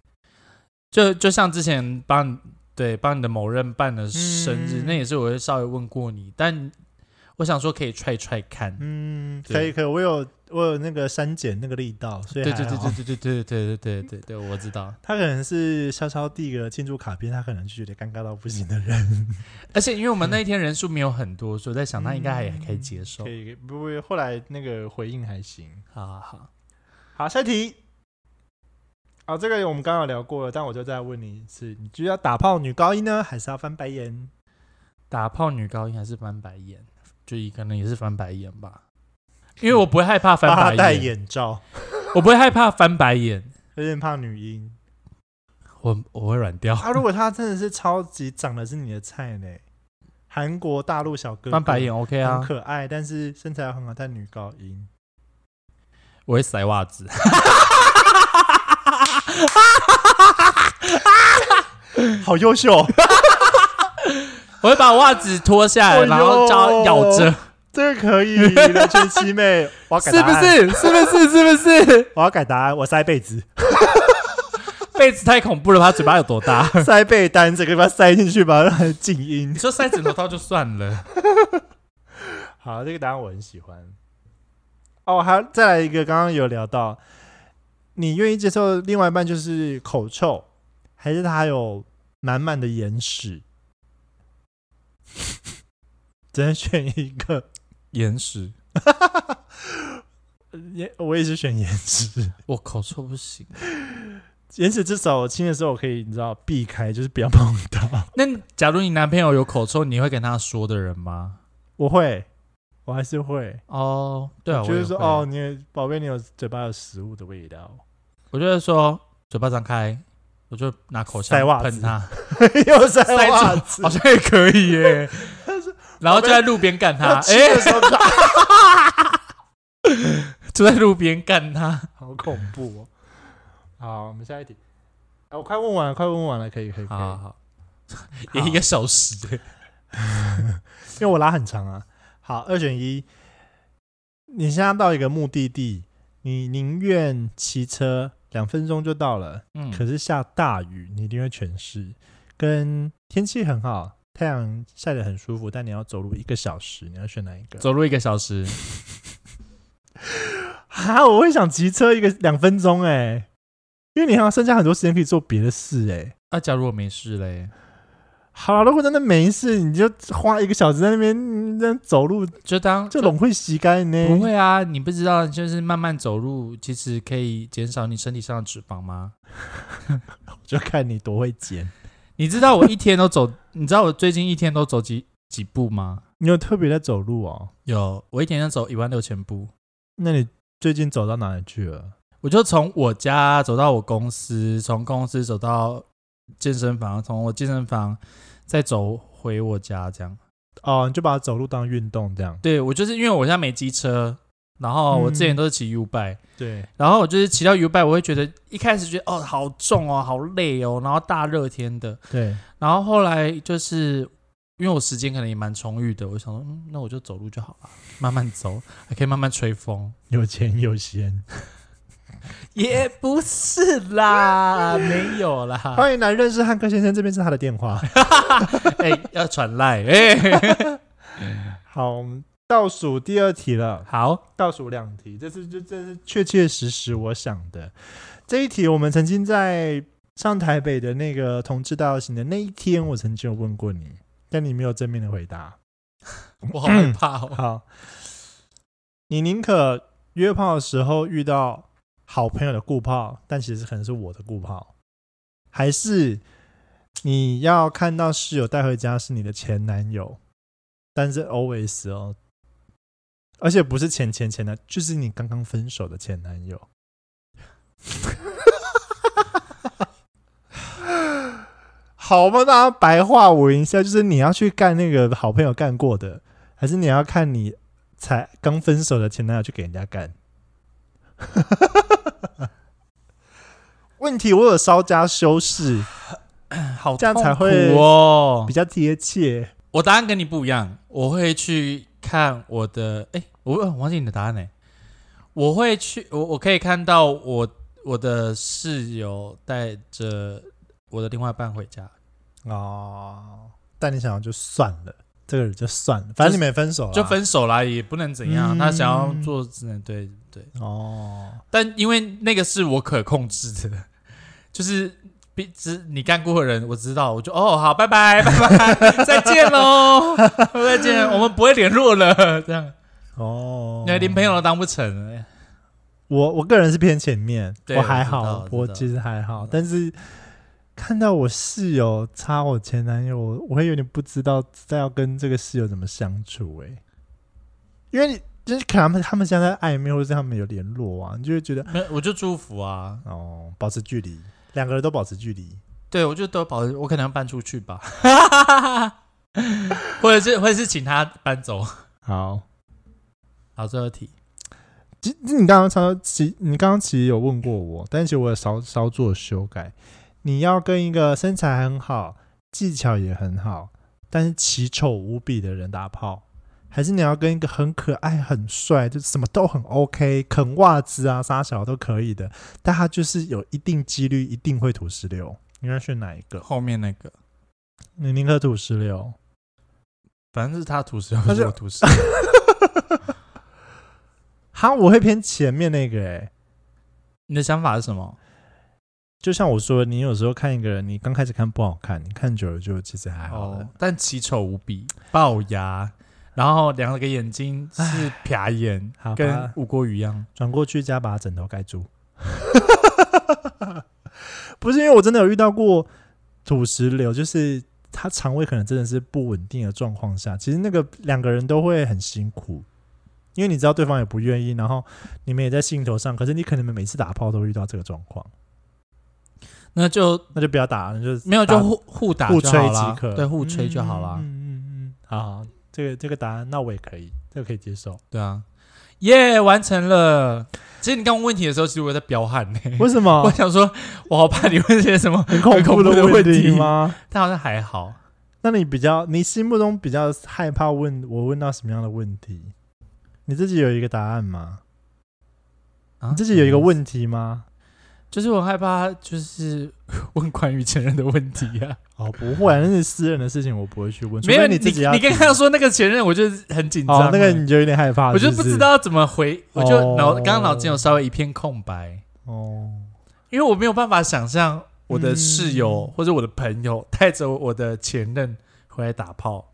[SPEAKER 1] 就就像之前帮你对帮你的某任办的生日，
[SPEAKER 2] 嗯
[SPEAKER 1] 那也是我会稍微问过你，但我想说可以踹踹看。
[SPEAKER 2] 嗯，
[SPEAKER 1] 对
[SPEAKER 2] 可以可以，我有我有那个删减那个力道，所以
[SPEAKER 1] 对
[SPEAKER 2] 还
[SPEAKER 1] 对对
[SPEAKER 2] 好
[SPEAKER 1] 对对对对对对对对对，我知
[SPEAKER 2] [laughs]
[SPEAKER 1] 道。
[SPEAKER 2] 他可能是悄悄递个庆祝卡片，他可能就觉得尴尬到不行的人。
[SPEAKER 1] 而且因为我们那一天人数没有很多，所以我在想他应该还
[SPEAKER 2] 嗯
[SPEAKER 1] 可以接受。
[SPEAKER 2] 以，可以不不，后来那个回应还行。
[SPEAKER 1] 好好好，
[SPEAKER 2] 好，下一题。好、这个我们刚刚有聊过了，但我就再问你一次：你就要打炮女高音呢，还是要翻白眼？
[SPEAKER 1] 打炮女高音还是翻白眼？就可能也是翻白眼吧，因为我不会害怕翻
[SPEAKER 2] 帮她戴
[SPEAKER 1] 白眼，
[SPEAKER 2] 眼罩，
[SPEAKER 1] 我不会害怕翻白眼，
[SPEAKER 2] 有点怕女音。
[SPEAKER 1] 我我会软掉。
[SPEAKER 2] 啊，如果她真的是超级长得是你的菜呢，韩国大陆小哥哥
[SPEAKER 1] 翻白眼 OK 啊
[SPEAKER 2] 很，可爱，但是身材很好，但女高音。
[SPEAKER 1] 我会塞袜子。
[SPEAKER 2] 哦好优秀，
[SPEAKER 1] 我会把袜子脱下来，然后
[SPEAKER 2] 哎
[SPEAKER 1] 脚
[SPEAKER 2] 呦
[SPEAKER 1] 咬着，
[SPEAKER 2] [laughs] 这个可以，人群七妹， [laughs] 我要改
[SPEAKER 1] 是
[SPEAKER 2] 答
[SPEAKER 1] 不 [laughs]
[SPEAKER 2] 案，
[SPEAKER 1] 是？是不是？是不是？
[SPEAKER 2] 我要改答案，我塞被子， [laughs]
[SPEAKER 1] 被子太恐怖了吧，他嘴巴有多 [laughs] 大？
[SPEAKER 2] 塞被单，整个把它塞进去，把它静音
[SPEAKER 1] 你。说塞枕头套就算了，
[SPEAKER 2] 好，这个答案我很喜欢。哦，还有再来一个，刚刚有聊到，你愿意接受另外一半就是口臭，还是他有满满的眼屎？ [laughs] 只能选一个，
[SPEAKER 1] 眼屎，
[SPEAKER 2] 也我也是选眼屎。
[SPEAKER 1] 我口臭不行。
[SPEAKER 2] 眼屎至少我亲的时候我可以，你知道避开，就是不要碰到。
[SPEAKER 1] 那假如你男朋友有口臭，你会跟他说的人吗？
[SPEAKER 2] 我会，我还是会，
[SPEAKER 1] 哦，对啊，
[SPEAKER 2] 就
[SPEAKER 1] 我
[SPEAKER 2] 是
[SPEAKER 1] 也
[SPEAKER 2] 说，
[SPEAKER 1] 会
[SPEAKER 2] 哦，，你宝贝，你有嘴巴有食物的味道， [laughs]
[SPEAKER 1] 我就会说嘴巴张开，我就拿口
[SPEAKER 2] 塞袜
[SPEAKER 1] 香
[SPEAKER 2] 子
[SPEAKER 1] 喷他，
[SPEAKER 2] 又塞
[SPEAKER 1] 塞
[SPEAKER 2] 袜
[SPEAKER 1] 住哦
[SPEAKER 2] 子
[SPEAKER 1] 好，像也可以耶。 [laughs] 然后就在路边干他，
[SPEAKER 2] 要亲
[SPEAKER 1] 哎，
[SPEAKER 2] 的时候就
[SPEAKER 1] 就在路边干他。
[SPEAKER 2] 好恐怖哦！好，我们下一题。啊、我快问完了，快问完了，可以，可以，
[SPEAKER 1] [laughs]
[SPEAKER 2] 可
[SPEAKER 1] 好
[SPEAKER 2] 以
[SPEAKER 1] 好，好， [laughs] 也一个小时，
[SPEAKER 2] 因为我拉很长啊。好，二选一。你现在到一个目的地，你宁愿骑车两分钟就到了，
[SPEAKER 1] 嗯，
[SPEAKER 2] 可是下大雨，你一定会全湿；跟天气很好，太阳晒得很舒服，但你要走路一个小时，你要选哪一个？
[SPEAKER 1] 走路一个小时，
[SPEAKER 2] 哈，我会想骑车一个两分钟哎、因为你还要剩下很多时间可以做别的事哎、
[SPEAKER 1] 那、啊假如我没事嘞，
[SPEAKER 2] 好了，如果真的没事，你就花一个小时在那边嗯那走路，
[SPEAKER 1] 就当
[SPEAKER 2] 就拢会吸干呢。
[SPEAKER 1] 不会啊，你不知道，就是慢慢走路，其实可以减少你身体上的脂肪吗？
[SPEAKER 2] 就看你多会减。
[SPEAKER 1] 你知道我一天都走， [laughs] 你知道我最近一天都走几几步吗？
[SPEAKER 2] 你有特别在走路哦？
[SPEAKER 1] 有，我一天要走一万六千步，
[SPEAKER 2] 那你最近走到哪里去了？
[SPEAKER 1] 我就从我家走到我公司，从公司走到健身房，从我健身房再走回我家，这样。
[SPEAKER 2] 哦，你就把走路当运动这样。
[SPEAKER 1] 对我就是因为我现在没机车，然后我之前
[SPEAKER 2] 嗯
[SPEAKER 1] 都是骑 U bike，、
[SPEAKER 2] 对，
[SPEAKER 1] 然后我就是骑到 U bike，我会觉得一开始觉得哦好重哦，好累哦，然后大热天的，
[SPEAKER 2] 对，
[SPEAKER 1] 然后后来就是因为我时间可能也蛮充裕的，我想说，嗯，那我就走路就好了，慢慢走，还可以慢慢吹风。
[SPEAKER 2] 有钱有闲。
[SPEAKER 1] 也不是啦， [laughs] 没有啦，
[SPEAKER 2] [laughs] 欢迎来认识汉克先生，这边是他的电 [laughs] 话。
[SPEAKER 1] 哎、要传赖，哎、
[SPEAKER 2] 好，我们倒数第二题了，
[SPEAKER 1] 好，
[SPEAKER 2] 倒数两题，这是就这是确确实实我想的。这一题我们曾经在上台北的那个同志大游行的那一天，我曾经有问过你，但你没有正面的回答。
[SPEAKER 1] 我好害怕哦。
[SPEAKER 2] 好，你宁可约炮的时候遇到好朋友的顾炮，但其实可能是我的顾炮，还是你要看到室友带回家是你的前男友，但是 always 哦，而且不是前前前男，就是你刚刚分手的前男友。 [laughs] 好吧，大家白话文一下，就是你要去干那个好朋友干过的，还是你要看你才刚分手的前男友去给人家干？ [laughs] 问题我有稍加修饰，
[SPEAKER 1] 好
[SPEAKER 2] 这样才会
[SPEAKER 1] 痛苦哦
[SPEAKER 2] 比。较贴切。
[SPEAKER 1] 我答案跟你不一样，我会去看我的，哎、我我忘记你的答案嘞、我会去，我我可以看到我我的室友带着我的另外一半回家，
[SPEAKER 2] 哦，但你想要就算了，这个人就算了，反正你们也分手了，
[SPEAKER 1] 就分手啦，也不能怎样。
[SPEAKER 2] 嗯
[SPEAKER 1] 他想要做，只能对对，
[SPEAKER 2] 哦。
[SPEAKER 1] 但因为那个是我可控制的， [laughs] 就是比只你干过的人，我知道，我就哦好，拜拜拜拜， [laughs] 再见喽， [laughs] 再见，我们不会联络了，这样，
[SPEAKER 2] 哦，
[SPEAKER 1] 那连朋友都当不成了。哎
[SPEAKER 2] 我我个人是偏前面，
[SPEAKER 1] 对
[SPEAKER 2] 我还
[SPEAKER 1] 我知道
[SPEAKER 2] 好
[SPEAKER 1] 我，知道
[SPEAKER 2] 我其实还好
[SPEAKER 1] 嗯，
[SPEAKER 2] 但是看到我室友插我前男友，我我会有点不知道再要跟这个室友怎么相处哎、因为你就是可能他们他们现在暧昧，或者是他们有联络啊，你就会觉得
[SPEAKER 1] 没有，我就祝福啊，
[SPEAKER 2] 哦，保持距离，两个人都保持距离，
[SPEAKER 1] [laughs] 对我就都保，我可能要搬出去吧， [laughs] 或者是或者是请他搬走。
[SPEAKER 2] 好。
[SPEAKER 1] 好，最后一题，
[SPEAKER 2] 其实你刚刚常常其你刚刚其实有问过我，但其实我有稍稍做修改。你要跟一个身材很好、技巧也很好，但是奇丑无比的人打炮，还是你要跟一个很可爱、很帅，就什么都很 OK，啃袜子啊、撒小都可以的，但他就是有一定几率一定会吐石榴。你要选哪一个？
[SPEAKER 1] 后面那个，
[SPEAKER 2] 你宁可吐石榴？
[SPEAKER 1] 反正是他吐石榴，不
[SPEAKER 2] 但是
[SPEAKER 1] 是我吐 [laughs] 石榴。
[SPEAKER 2] 哈，我会偏前面那个诶、欸
[SPEAKER 1] 你的想法是什么？
[SPEAKER 2] 就像我说，你有时候看一个人，你刚开始看不好看，你看久了就其实还好了。
[SPEAKER 1] 哦，但奇丑无比，龅牙，然后两个眼睛是撇眼
[SPEAKER 2] 好吧，
[SPEAKER 1] 跟吴郭鱼一样。
[SPEAKER 2] 转过去加把枕头盖住。 [laughs] 不是因为我真的有遇到过土石流，就是他肠胃可能真的是不稳定的状况下，其实那个两个人都会很辛苦，因为你知道对方也不愿意，然后你们也在兴头上，可是你可能每次打炮都会遇到这个状况，
[SPEAKER 1] 那就
[SPEAKER 2] 那就不要打，那就
[SPEAKER 1] 没有
[SPEAKER 2] 打
[SPEAKER 1] 就互互打
[SPEAKER 2] 互
[SPEAKER 1] 就好
[SPEAKER 2] 吹
[SPEAKER 1] 啦
[SPEAKER 2] 即可，
[SPEAKER 1] 对，互吹就好啦。
[SPEAKER 2] 嗯嗯嗯，好好，这个这个答案那我也可以，这个可以接 [laughs] 受。
[SPEAKER 1] 对啊，耶、完成了。其实你刚问问题的时候，其实我在飙汗呢、
[SPEAKER 2] 为什
[SPEAKER 1] [laughs]
[SPEAKER 2] 么
[SPEAKER 1] 我？想说，我好怕你问些什么，
[SPEAKER 2] [laughs] 很恐怖
[SPEAKER 1] 很恐怖的
[SPEAKER 2] 的
[SPEAKER 1] 问
[SPEAKER 2] 问
[SPEAKER 1] 题
[SPEAKER 2] 题吗？
[SPEAKER 1] 但好像还好。
[SPEAKER 2] 那你比较，你心目中比较害怕问我问到什么样的问题？你自己有一个答案吗？
[SPEAKER 1] 啊
[SPEAKER 2] 你自己有一个，问题吗？
[SPEAKER 1] 就是我很害怕，就是问关于前任的问题啊。
[SPEAKER 2] 哦，不会啊，那是私人的事情，我不会去问。
[SPEAKER 1] 没有
[SPEAKER 2] 除非你自己要
[SPEAKER 1] 你
[SPEAKER 2] 提
[SPEAKER 1] 刚刚说那个前任，我就很紧张、
[SPEAKER 2] 哦，那个你就有点害怕，
[SPEAKER 1] 我就是不知道怎么回，我就
[SPEAKER 2] 哦
[SPEAKER 1] 脑刚刚脑筋有稍微一片空白，
[SPEAKER 2] 哦。
[SPEAKER 1] 因为我没有办法想象我的室友
[SPEAKER 2] 嗯
[SPEAKER 1] 或者我的朋友带着我的前任回来打炮，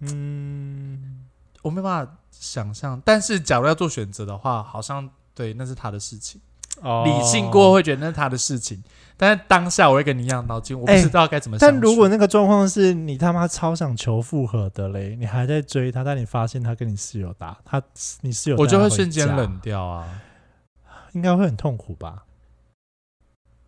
[SPEAKER 2] 嗯，
[SPEAKER 1] 我没办法想象。但是假如要做选择的话，好像对那是他的事情，
[SPEAKER 2] 哦
[SPEAKER 1] 理性过后。会觉得那是他的事情，但是当下我会跟你一样脑筋，我不
[SPEAKER 2] 哎
[SPEAKER 1] 知道该怎么相处。
[SPEAKER 2] 但如果那个状况是你他妈超想求复合的嘞，你还在追他，但你发现他跟你室友打，他你室友
[SPEAKER 1] 我就
[SPEAKER 2] 带
[SPEAKER 1] 会
[SPEAKER 2] 他回
[SPEAKER 1] 瞬间
[SPEAKER 2] 家
[SPEAKER 1] 冷，掉啊，
[SPEAKER 2] 应该会很痛苦吧？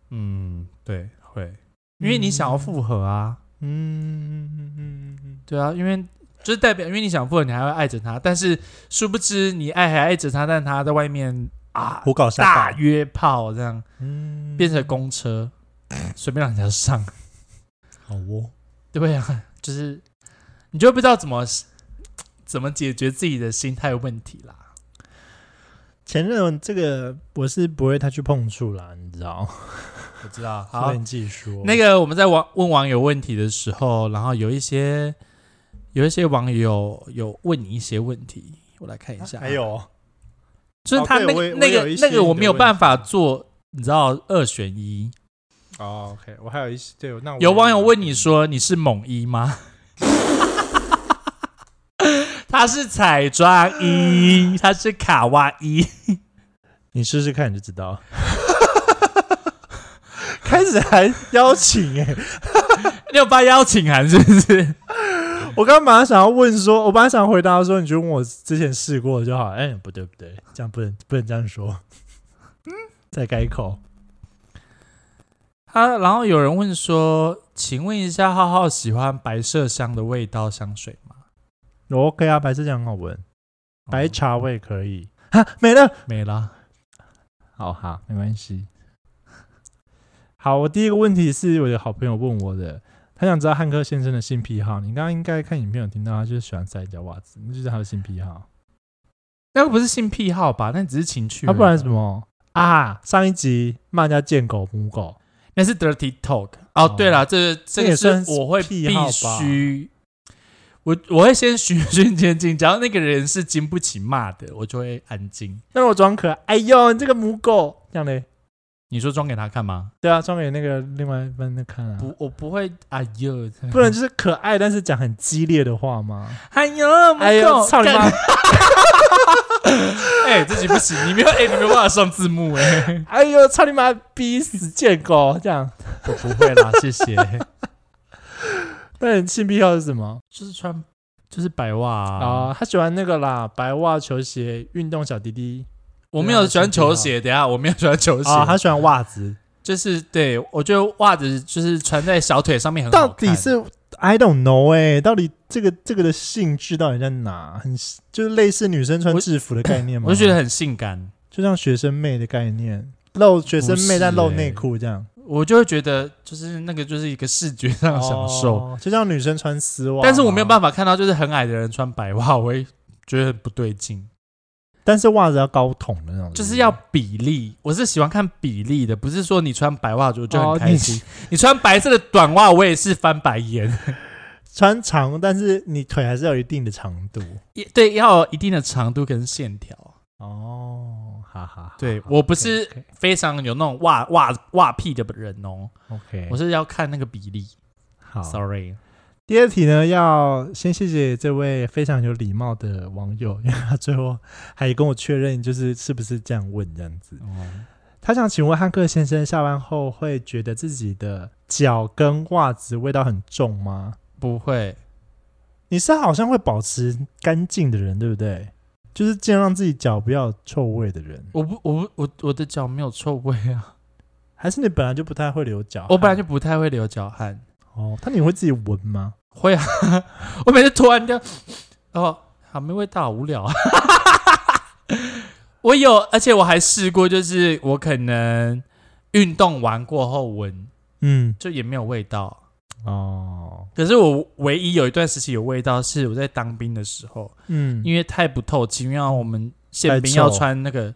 [SPEAKER 1] 嗯，对，会，因为你想要
[SPEAKER 2] 嗯
[SPEAKER 1] 复合啊。
[SPEAKER 2] 嗯嗯嗯嗯
[SPEAKER 1] 对啊，因为就是代表，因为你想复合，你还会爱着他，但是殊不知你爱还爱着他，但他在外面啊
[SPEAKER 2] 胡搞瞎
[SPEAKER 1] 大
[SPEAKER 2] 搞，
[SPEAKER 1] 约炮，这样
[SPEAKER 2] 嗯
[SPEAKER 1] 变成公车，随便让人家上， [laughs]
[SPEAKER 2] 好哦。
[SPEAKER 1] 对啊，就是你就会不知道怎么怎么解决自己的心态问题啦。
[SPEAKER 2] 前任这个我是不会太去碰触啦，你知道？
[SPEAKER 1] 我知道，好
[SPEAKER 2] 所以，你自己说
[SPEAKER 1] 那个我们在网问网友问题的时候，然后有一些有一些网友有问你一些问题，我来看一下，
[SPEAKER 2] 还有
[SPEAKER 1] 就是
[SPEAKER 2] 哦
[SPEAKER 1] 他
[SPEAKER 2] 哎对
[SPEAKER 1] 那
[SPEAKER 2] 我
[SPEAKER 1] 个、
[SPEAKER 2] 也
[SPEAKER 1] 那
[SPEAKER 2] 我有
[SPEAKER 1] 个
[SPEAKER 2] 一些
[SPEAKER 1] 那个我没有办法
[SPEAKER 2] 你的问题
[SPEAKER 1] 做，你知道二选一。
[SPEAKER 2] 哦，OK，我还有一些对，那我
[SPEAKER 1] 有网友问你说你是猛一吗？ [laughs] 他是彩妆一，他是卡哇伊，
[SPEAKER 2] 你试试看你就知
[SPEAKER 1] [laughs]
[SPEAKER 2] 道。开始还邀请哎、
[SPEAKER 1] [laughs] 六八邀请函是不是？
[SPEAKER 2] 我刚刚本来想要问说，我本来想回答说，你就问我之前试过的就好。哎、不对不对，这样不能不能这样说。
[SPEAKER 1] 嗯
[SPEAKER 2] 再改口，
[SPEAKER 1] 他然后有人问说，请问一下，浩浩喜欢白麝香的味道香水吗？
[SPEAKER 2] 我 OK 啊，白色酱很好闻，白
[SPEAKER 1] 哦
[SPEAKER 2] 茶味可以。
[SPEAKER 1] 嗯
[SPEAKER 2] 哈，没了。
[SPEAKER 1] 没啦，
[SPEAKER 2] 好好，没关系。好，我第一个问题是我的好朋友问我的，他想知道汉克先生的性癖好。你刚刚应该看影片有听到，他就是喜欢塞脚袜子，那就是他的性癖好。
[SPEAKER 1] 那个不是性癖好吧？那只是情趣而已
[SPEAKER 2] 他、
[SPEAKER 1] 吧。
[SPEAKER 2] 不然什么啊？上一集骂人家贱狗母狗，
[SPEAKER 1] 那是 dirty talk。哦，
[SPEAKER 2] 哦
[SPEAKER 1] 对了，这这
[SPEAKER 2] 那
[SPEAKER 1] 个
[SPEAKER 2] 也
[SPEAKER 1] 是
[SPEAKER 2] 算
[SPEAKER 1] 我会必
[SPEAKER 2] 癖好吧
[SPEAKER 1] 须，我我会先 [laughs] 循序渐进，只要那个人是经不起骂的，我就会安静。
[SPEAKER 2] 那我装可爱，哎呦，你这个母狗，这样嘞？
[SPEAKER 1] 你说装给他看吗？
[SPEAKER 2] 对啊，装给那个另外一半的看啊。
[SPEAKER 1] 不，我不会。哎呦，
[SPEAKER 2] 不能就是可爱，但是讲很激烈的话 [laughs] 吗？
[SPEAKER 1] [laughs] 哎呦，
[SPEAKER 2] 哎呦，操你妈！
[SPEAKER 1] 干！ [laughs] 哎，这集不行，你没有哎，你没有办法上字幕
[SPEAKER 2] [laughs]
[SPEAKER 1] 哎。
[SPEAKER 2] 哎呦，操你妈！逼死贱狗，这样。
[SPEAKER 1] 我不会啦，谢谢。
[SPEAKER 2] 那你性癖好是什么？
[SPEAKER 1] [laughs] 就是穿，就是白袜啊。
[SPEAKER 2] 啊，他喜欢那个啦，白袜球鞋、运动小滴滴
[SPEAKER 1] 我没有喜
[SPEAKER 2] 啊
[SPEAKER 1] 欢球鞋，等一下我没有喜欢球鞋。
[SPEAKER 2] 啊，他喜欢袜子。
[SPEAKER 1] 就是对我觉得袜子就是穿在小腿上面很好
[SPEAKER 2] 到
[SPEAKER 1] 看
[SPEAKER 2] 底是 I don't know 哎、到底这个这个的性质到底在哪？很就是类似女生穿
[SPEAKER 1] 我
[SPEAKER 2] 制服的概念吗？
[SPEAKER 1] 我就觉得很性感。
[SPEAKER 2] 就像学生妹的概念，露学生
[SPEAKER 1] 不是
[SPEAKER 2] 妹但露
[SPEAKER 1] 欸
[SPEAKER 2] 内裤这样。
[SPEAKER 1] 我就会觉得就是那个就是一个视觉上的享受，
[SPEAKER 2] 哦就像女生穿丝袜，
[SPEAKER 1] 但是我没有办
[SPEAKER 2] 法，
[SPEAKER 1] 法看到就是很矮的人穿白袜，我会觉得很不对劲，
[SPEAKER 2] 但是袜子要高筒的那种，
[SPEAKER 1] 就是要比例。我是喜欢看比例的，不是说你穿白袜我就很
[SPEAKER 2] 哦
[SPEAKER 1] 开心，你穿白色的短袜我也是翻白眼。
[SPEAKER 2] 穿长，但是你腿还是要有一定的长度。
[SPEAKER 1] 也对，要有一定的长度跟线条。
[SPEAKER 2] 哦，哈哈哈，
[SPEAKER 1] 对我不是非常有那种袜袜袜屁的人哦，
[SPEAKER 2] OK，
[SPEAKER 1] 我是要看那个比例。
[SPEAKER 2] 好。
[SPEAKER 1] Sorry，
[SPEAKER 2] 第二题呢，要先谢谢这位非常有礼貌的网友， [laughs] 因为他最后还跟我确认，就是是不是这样问这样子。他想请问汉克先生，下班后会觉得自己的脚跟袜子味道很重吗？
[SPEAKER 1] 不会，
[SPEAKER 2] 你是好像会保持干净的人，对不对？就是尽量让自己脚不要有臭味的人，
[SPEAKER 1] 我不，我不，我我的脚没有臭味
[SPEAKER 2] [laughs]
[SPEAKER 1] 啊，
[SPEAKER 2] 还是你本来就不太会流脚汗？
[SPEAKER 1] 我本来就不太会流脚汗。
[SPEAKER 2] 哦，他你会自己闻吗？
[SPEAKER 1] 会啊， [laughs] 我每次涂完就，哦，好没味道，好无聊啊。 [laughs] 我有，而且我还试过，就是我可能运动完过后闻，
[SPEAKER 2] 嗯，
[SPEAKER 1] 就也没有味道。
[SPEAKER 2] 哦，
[SPEAKER 1] 可是我唯一有一段时期有味道，是我在当兵的时候，
[SPEAKER 2] 嗯，
[SPEAKER 1] 因为太不透气，因为我们宪兵
[SPEAKER 2] 太臭
[SPEAKER 1] 要穿那个，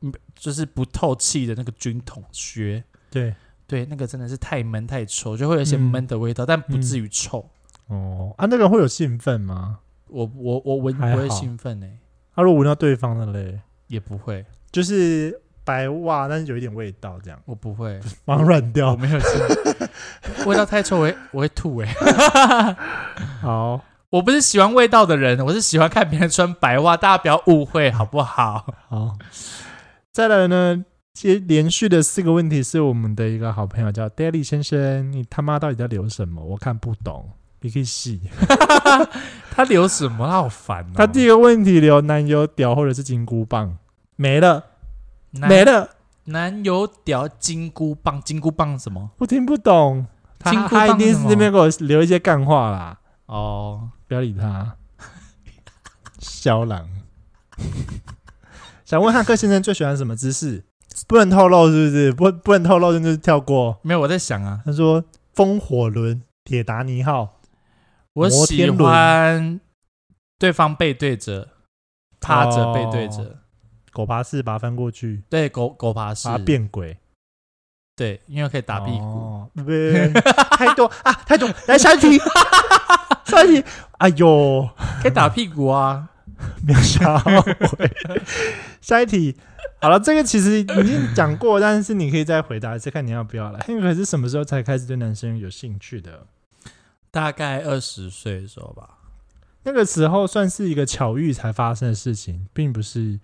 [SPEAKER 1] 嗯就是不透气的那个军统靴，
[SPEAKER 2] 对，
[SPEAKER 1] 对，那个真的是太闷太臭，就会有
[SPEAKER 2] 嗯
[SPEAKER 1] 一些闷的味道，但不至于臭。
[SPEAKER 2] 哦，啊，那个人会有兴奋吗？
[SPEAKER 1] 我我我闻
[SPEAKER 2] 还
[SPEAKER 1] 不会
[SPEAKER 2] 好
[SPEAKER 1] 兴奋呢、
[SPEAKER 2] 他、如果闻到对方的嘞，
[SPEAKER 1] 也不会，
[SPEAKER 2] 就是白袜，但是有一点味道，这样 [laughs]
[SPEAKER 1] 我不会，
[SPEAKER 2] 马上软
[SPEAKER 1] 我 [laughs]
[SPEAKER 2] 掉。
[SPEAKER 1] 没有经历味道太臭，我会我会吐哎、
[SPEAKER 2] 好，
[SPEAKER 1] [laughs] 我不是喜欢味道的人，我是喜欢看别人穿白袜，大家不要误会好不好？ [laughs]
[SPEAKER 2] 好，再来呢，接连续的四个问题是我们的一个好朋友叫 Daily 先生，你他妈到底在留什么？我看不懂，你可以洗。
[SPEAKER 1] 他留什么？他好烦哦。
[SPEAKER 2] 他第一个问题留男友屌或者是金箍棒，没了
[SPEAKER 1] 男
[SPEAKER 2] 没了，
[SPEAKER 1] 男友屌金箍棒，金箍棒是什么？
[SPEAKER 2] 我听不懂。
[SPEAKER 1] 金
[SPEAKER 2] 他
[SPEAKER 1] 箍棒
[SPEAKER 2] 他一定
[SPEAKER 1] 是什
[SPEAKER 2] 是
[SPEAKER 1] 么
[SPEAKER 2] 那边给我留一些干话啦，
[SPEAKER 1] 哦，
[SPEAKER 2] 不要理他。肖郎，想问汉克先生最喜欢什么姿势？不能透露是不是？不不能透露，就是跳过。
[SPEAKER 1] 没有，我在想啊，
[SPEAKER 2] 他说风火轮、铁达尼号，
[SPEAKER 1] 我
[SPEAKER 2] 摩
[SPEAKER 1] 喜
[SPEAKER 2] 天轮
[SPEAKER 1] 欢对方背对着，趴着背对着，
[SPEAKER 2] 哦狗爬式把它翻过去，
[SPEAKER 1] 对狗狗爬式
[SPEAKER 2] 把，它变鬼，
[SPEAKER 1] 对，因为可以打屁股。
[SPEAKER 2] 哦，不不不不太多啊，太多。来下一题，下一题。哎呦，
[SPEAKER 1] 可以打屁股啊！
[SPEAKER 2] 没有想回。下一题，好了，这个其实已经讲过，但是你可以再回答一次，看你要不要了。汉克是什么时候才开始对男生有兴趣的？
[SPEAKER 1] 大概二十岁的时候吧，
[SPEAKER 2] 那个时候算是一个巧遇才发生的事情，并不是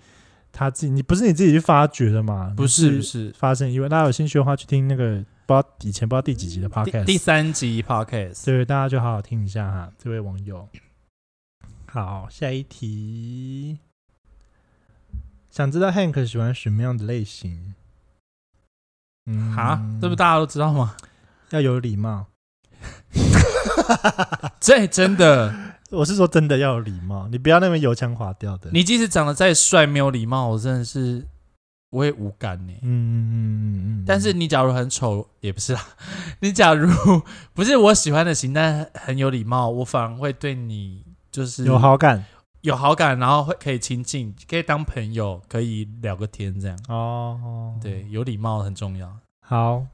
[SPEAKER 2] 他自己，你不是你自己去发掘的嘛？
[SPEAKER 1] 不是不是，
[SPEAKER 2] 发生意外。大家有兴趣的话，去听那个不知道以前不知道第几集的
[SPEAKER 1] 第
[SPEAKER 2] podcast，
[SPEAKER 1] 第三集 podcast，
[SPEAKER 2] 对，大家就好好听一下哈，这位网友。好，下一题，想知道 Hank 喜欢什么样的类型？嗯
[SPEAKER 1] 哈，这不大家都知道吗？ [laughs]
[SPEAKER 2] 要有礼貌。
[SPEAKER 1] 这真的，
[SPEAKER 2] 我是说真的要有礼貌，你不要那么油腔滑调的。
[SPEAKER 1] 你即使长得再帅，没有礼貌，我真的是我也无感呢、
[SPEAKER 2] 嗯嗯嗯嗯嗯，
[SPEAKER 1] 但是你假如很丑，也不是啦， [laughs] 你假如不是我喜欢的型，但很有礼貌，我反而会对你就是
[SPEAKER 2] 有好感
[SPEAKER 1] 有好感，然后会可以亲近，可以当朋友，可以聊个天这样。
[SPEAKER 2] 哦。
[SPEAKER 1] 对，有礼貌很重要。
[SPEAKER 2] 好，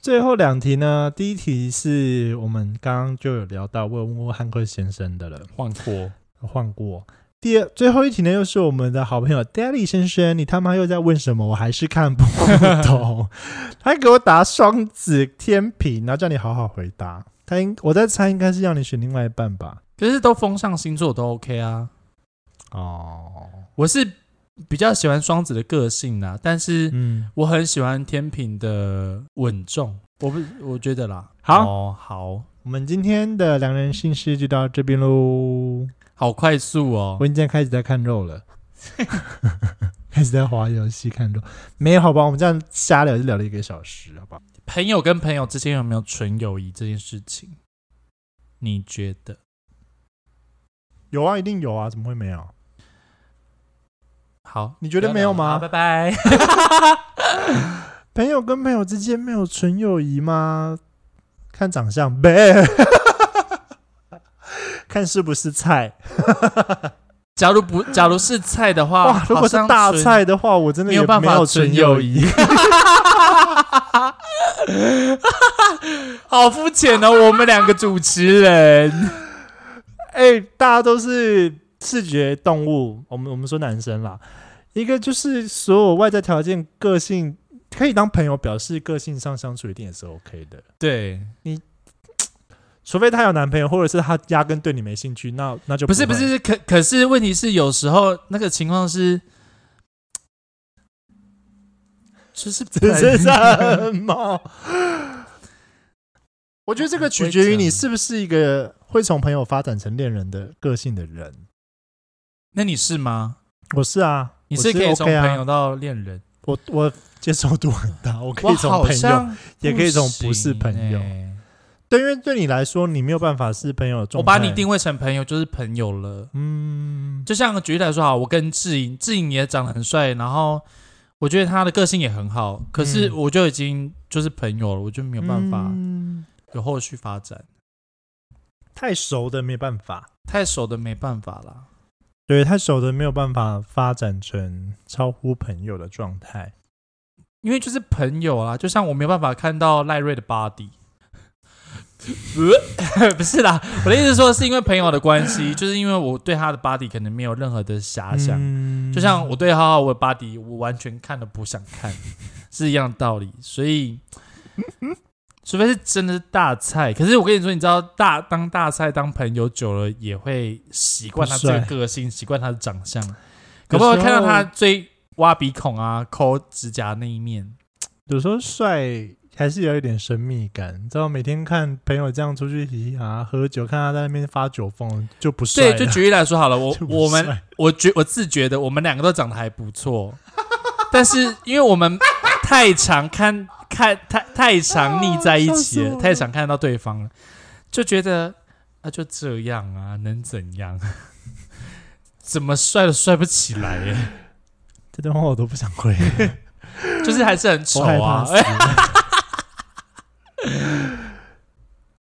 [SPEAKER 2] 最后两题呢？第一题是我们刚刚就有聊到，我有问过汉克先生的了，
[SPEAKER 1] 换过，
[SPEAKER 2] 换过。第二最后一题呢，又是我们的好朋友 Daddy 先生，你他妈又在问什么？我还是看不懂。 [laughs] 他给我打双子天平，然后叫你好好回答。他应我在猜，应该是要你选另外一半吧？
[SPEAKER 1] 可是都风向星座都 OK 啊。
[SPEAKER 2] 哦，
[SPEAKER 1] 我是比较喜欢双子的个性啦，但是
[SPEAKER 2] 嗯，
[SPEAKER 1] 我很喜欢天平的稳重。我不，我觉得啦。
[SPEAKER 2] 好
[SPEAKER 1] 哦，好
[SPEAKER 2] 我们今天的良人姓氏就到这边喽。
[SPEAKER 1] 好快速哦
[SPEAKER 2] 我。已经开始在看肉 [laughs] 了，开始在滑游戏看肉，没有好吧？我们这样瞎聊就聊了一个小时，好吧？
[SPEAKER 1] 朋友跟朋友之间有没有纯友谊这件事情，你觉得？
[SPEAKER 2] 有啊，一定有啊，怎么会没有？
[SPEAKER 1] 好，
[SPEAKER 2] 你觉
[SPEAKER 1] 不
[SPEAKER 2] 得
[SPEAKER 1] 要
[SPEAKER 2] 没有
[SPEAKER 1] 聊了
[SPEAKER 2] 吗
[SPEAKER 1] 好拜拜。
[SPEAKER 2] 朋友跟朋友之间没有纯友谊吗？看长相呗， [laughs] 看是不是菜。
[SPEAKER 1] 假如不，假如是菜的话，
[SPEAKER 2] 哇，如果是
[SPEAKER 1] 好像
[SPEAKER 2] 大
[SPEAKER 1] 纯
[SPEAKER 2] 菜的话，我真
[SPEAKER 1] 啊
[SPEAKER 2] 的
[SPEAKER 1] 没
[SPEAKER 2] 也
[SPEAKER 1] 有办
[SPEAKER 2] 没
[SPEAKER 1] 法
[SPEAKER 2] 有
[SPEAKER 1] 纯
[SPEAKER 2] 纯
[SPEAKER 1] 友
[SPEAKER 2] 友
[SPEAKER 1] 谊
[SPEAKER 2] 谊。
[SPEAKER 1] 好肤浅哦，我们两个主持人。
[SPEAKER 2] [laughs] 哎、大家都是视觉动物，我们我们说男生啦，一个就是所有外在条件、个性可以当朋友，表示个性上相处一定也是 OK 的，
[SPEAKER 1] 对，
[SPEAKER 2] 除非她有男朋友，或者是她压根对你没兴趣，那那就
[SPEAKER 1] 不是不
[SPEAKER 2] 会
[SPEAKER 1] 是，是可可是问题是，有时候那个情况
[SPEAKER 2] [laughs]
[SPEAKER 1] 是，就是
[SPEAKER 2] 这是什么？我觉得这个取决于你是不是一个会从朋友发展成恋人的个性的人。
[SPEAKER 1] 那你是吗？
[SPEAKER 2] 我是啊，
[SPEAKER 1] 你
[SPEAKER 2] 我是
[SPEAKER 1] 可以从
[SPEAKER 2] OK 啊
[SPEAKER 1] 朋友到恋人，
[SPEAKER 2] 我我接受度很大，我可
[SPEAKER 1] 我
[SPEAKER 2] 以从
[SPEAKER 1] 好
[SPEAKER 2] 朋友
[SPEAKER 1] 像
[SPEAKER 2] 也可以从不是
[SPEAKER 1] 行
[SPEAKER 2] 朋友
[SPEAKER 1] 欸
[SPEAKER 2] 对，因为对你来说，你没有办法是朋友的
[SPEAKER 1] 我
[SPEAKER 2] 状态。
[SPEAKER 1] 把你定位成朋友就是朋友了。
[SPEAKER 2] 嗯，
[SPEAKER 1] 就像举例来说，好，我跟志颖，志颖也长得很帅，然后我觉得他的个性也很好，可是
[SPEAKER 2] 嗯
[SPEAKER 1] 我就已经就是朋友了，我就没有办法
[SPEAKER 2] 嗯
[SPEAKER 1] 有后续发展，
[SPEAKER 2] 太熟的没办法，
[SPEAKER 1] 太熟的没办法啦。
[SPEAKER 2] 对，太熟的没有办法发展成超乎朋友的状态。
[SPEAKER 1] 因为就是朋友啊啦，就像我没有办法看到赖瑞的 body，呃 [laughs] 不是啦，我的意思是说是因为朋友的关系，就是因为我对他的 body 可能没有任何的遐想，
[SPEAKER 2] 嗯
[SPEAKER 1] 就像我对浩浩的 body，我完全看都不想
[SPEAKER 2] [laughs]
[SPEAKER 1] 看，是一样的道理。所以， [laughs] 除非是真的是大菜，可是我跟你说，你知道大当大菜当朋友久了，也会习惯他
[SPEAKER 2] 不
[SPEAKER 1] 这
[SPEAKER 2] 帅
[SPEAKER 1] 个个性，习惯他的长相，可不可以看到他最挖鼻孔啊、抠指甲那一面？
[SPEAKER 2] 有时候帅还是有一点神秘感，你知道每天看朋友这样出去嘻嘻哈哈喝酒，看他在那边发酒疯就不帅啊
[SPEAKER 1] 对，
[SPEAKER 2] 了，
[SPEAKER 1] 就举例来说好了，我
[SPEAKER 2] [laughs] 就不
[SPEAKER 1] 我们
[SPEAKER 2] 帅
[SPEAKER 1] 我觉我自觉得我们两个都长得还不错，但是因为我们太常看看太太常腻在一起
[SPEAKER 2] 啊笑死
[SPEAKER 1] 了，
[SPEAKER 2] 我
[SPEAKER 1] 太常看到对方了，就觉得啊就这样啊，能怎样？ [laughs] 怎么帅都帅不起来耶，
[SPEAKER 2] 这段话我都不想
[SPEAKER 1] [laughs]
[SPEAKER 2] 回，
[SPEAKER 1] 就是还是很丑
[SPEAKER 2] 我害
[SPEAKER 1] 啊 [laughs]
[SPEAKER 2] 怕。死。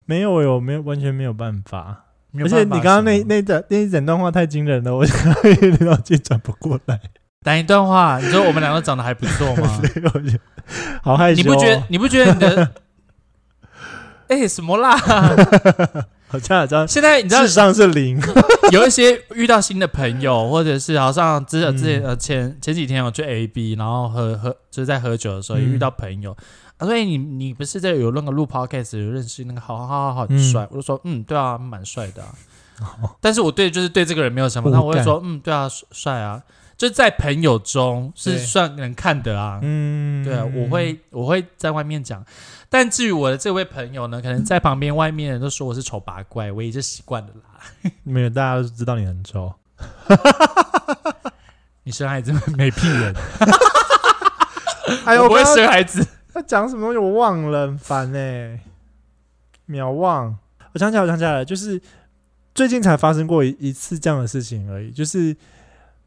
[SPEAKER 2] 没有，我没有，完全没有办法。
[SPEAKER 1] 没有
[SPEAKER 2] 而
[SPEAKER 1] 办法
[SPEAKER 2] 且你刚刚那
[SPEAKER 1] 什么
[SPEAKER 2] 那一整那一整段话太惊人了，我有点脑筋转不过来， [laughs]
[SPEAKER 1] 哪一段话，你说我们两个长得还不错吗？
[SPEAKER 2] 对，我觉得好害羞、
[SPEAKER 1] 你
[SPEAKER 2] 哦。
[SPEAKER 1] 不觉得？你不觉得你的 [laughs] 哎、什么啦？ [laughs]
[SPEAKER 2] 好像好像
[SPEAKER 1] 现在你知道
[SPEAKER 2] 智商
[SPEAKER 1] [laughs]
[SPEAKER 2] 是零？
[SPEAKER 1] 有一些遇到新的朋友，或者是好像之之前
[SPEAKER 2] 嗯
[SPEAKER 1] 呃前前几天我去 A B，然后喝喝就是在喝酒的时候
[SPEAKER 2] 嗯
[SPEAKER 1] 也遇到朋友，啊，所以你你不是在有那个录 podcast 有认识那个好好好好很
[SPEAKER 2] 嗯哦
[SPEAKER 1] 帅，我就说嗯对啊蛮帅的啊、但是我对就是对这个人没有想法，
[SPEAKER 2] 无
[SPEAKER 1] 那
[SPEAKER 2] 感
[SPEAKER 1] 我会说嗯对啊帅帅啊，就是在朋友中是
[SPEAKER 2] 对
[SPEAKER 1] 算能看的啊，
[SPEAKER 2] 嗯，
[SPEAKER 1] 对啊，我会我会在外面讲，但至于我的这位朋友呢，可能在旁边外面人都说我是丑八怪，我也是习惯了啦。
[SPEAKER 2] 没有，大家都知道你很丑。
[SPEAKER 1] 你生孩子 [laughs] 没屁眼，
[SPEAKER 2] 哎
[SPEAKER 1] [laughs]
[SPEAKER 2] 呦，
[SPEAKER 1] 我不会
[SPEAKER 2] 刚刚
[SPEAKER 1] 生孩子。
[SPEAKER 2] [laughs] 他讲什么东西我忘了，很烦哎、秒忘。我想起来，我想起来了，就是最近才发生过一一次这样的事情而已，就是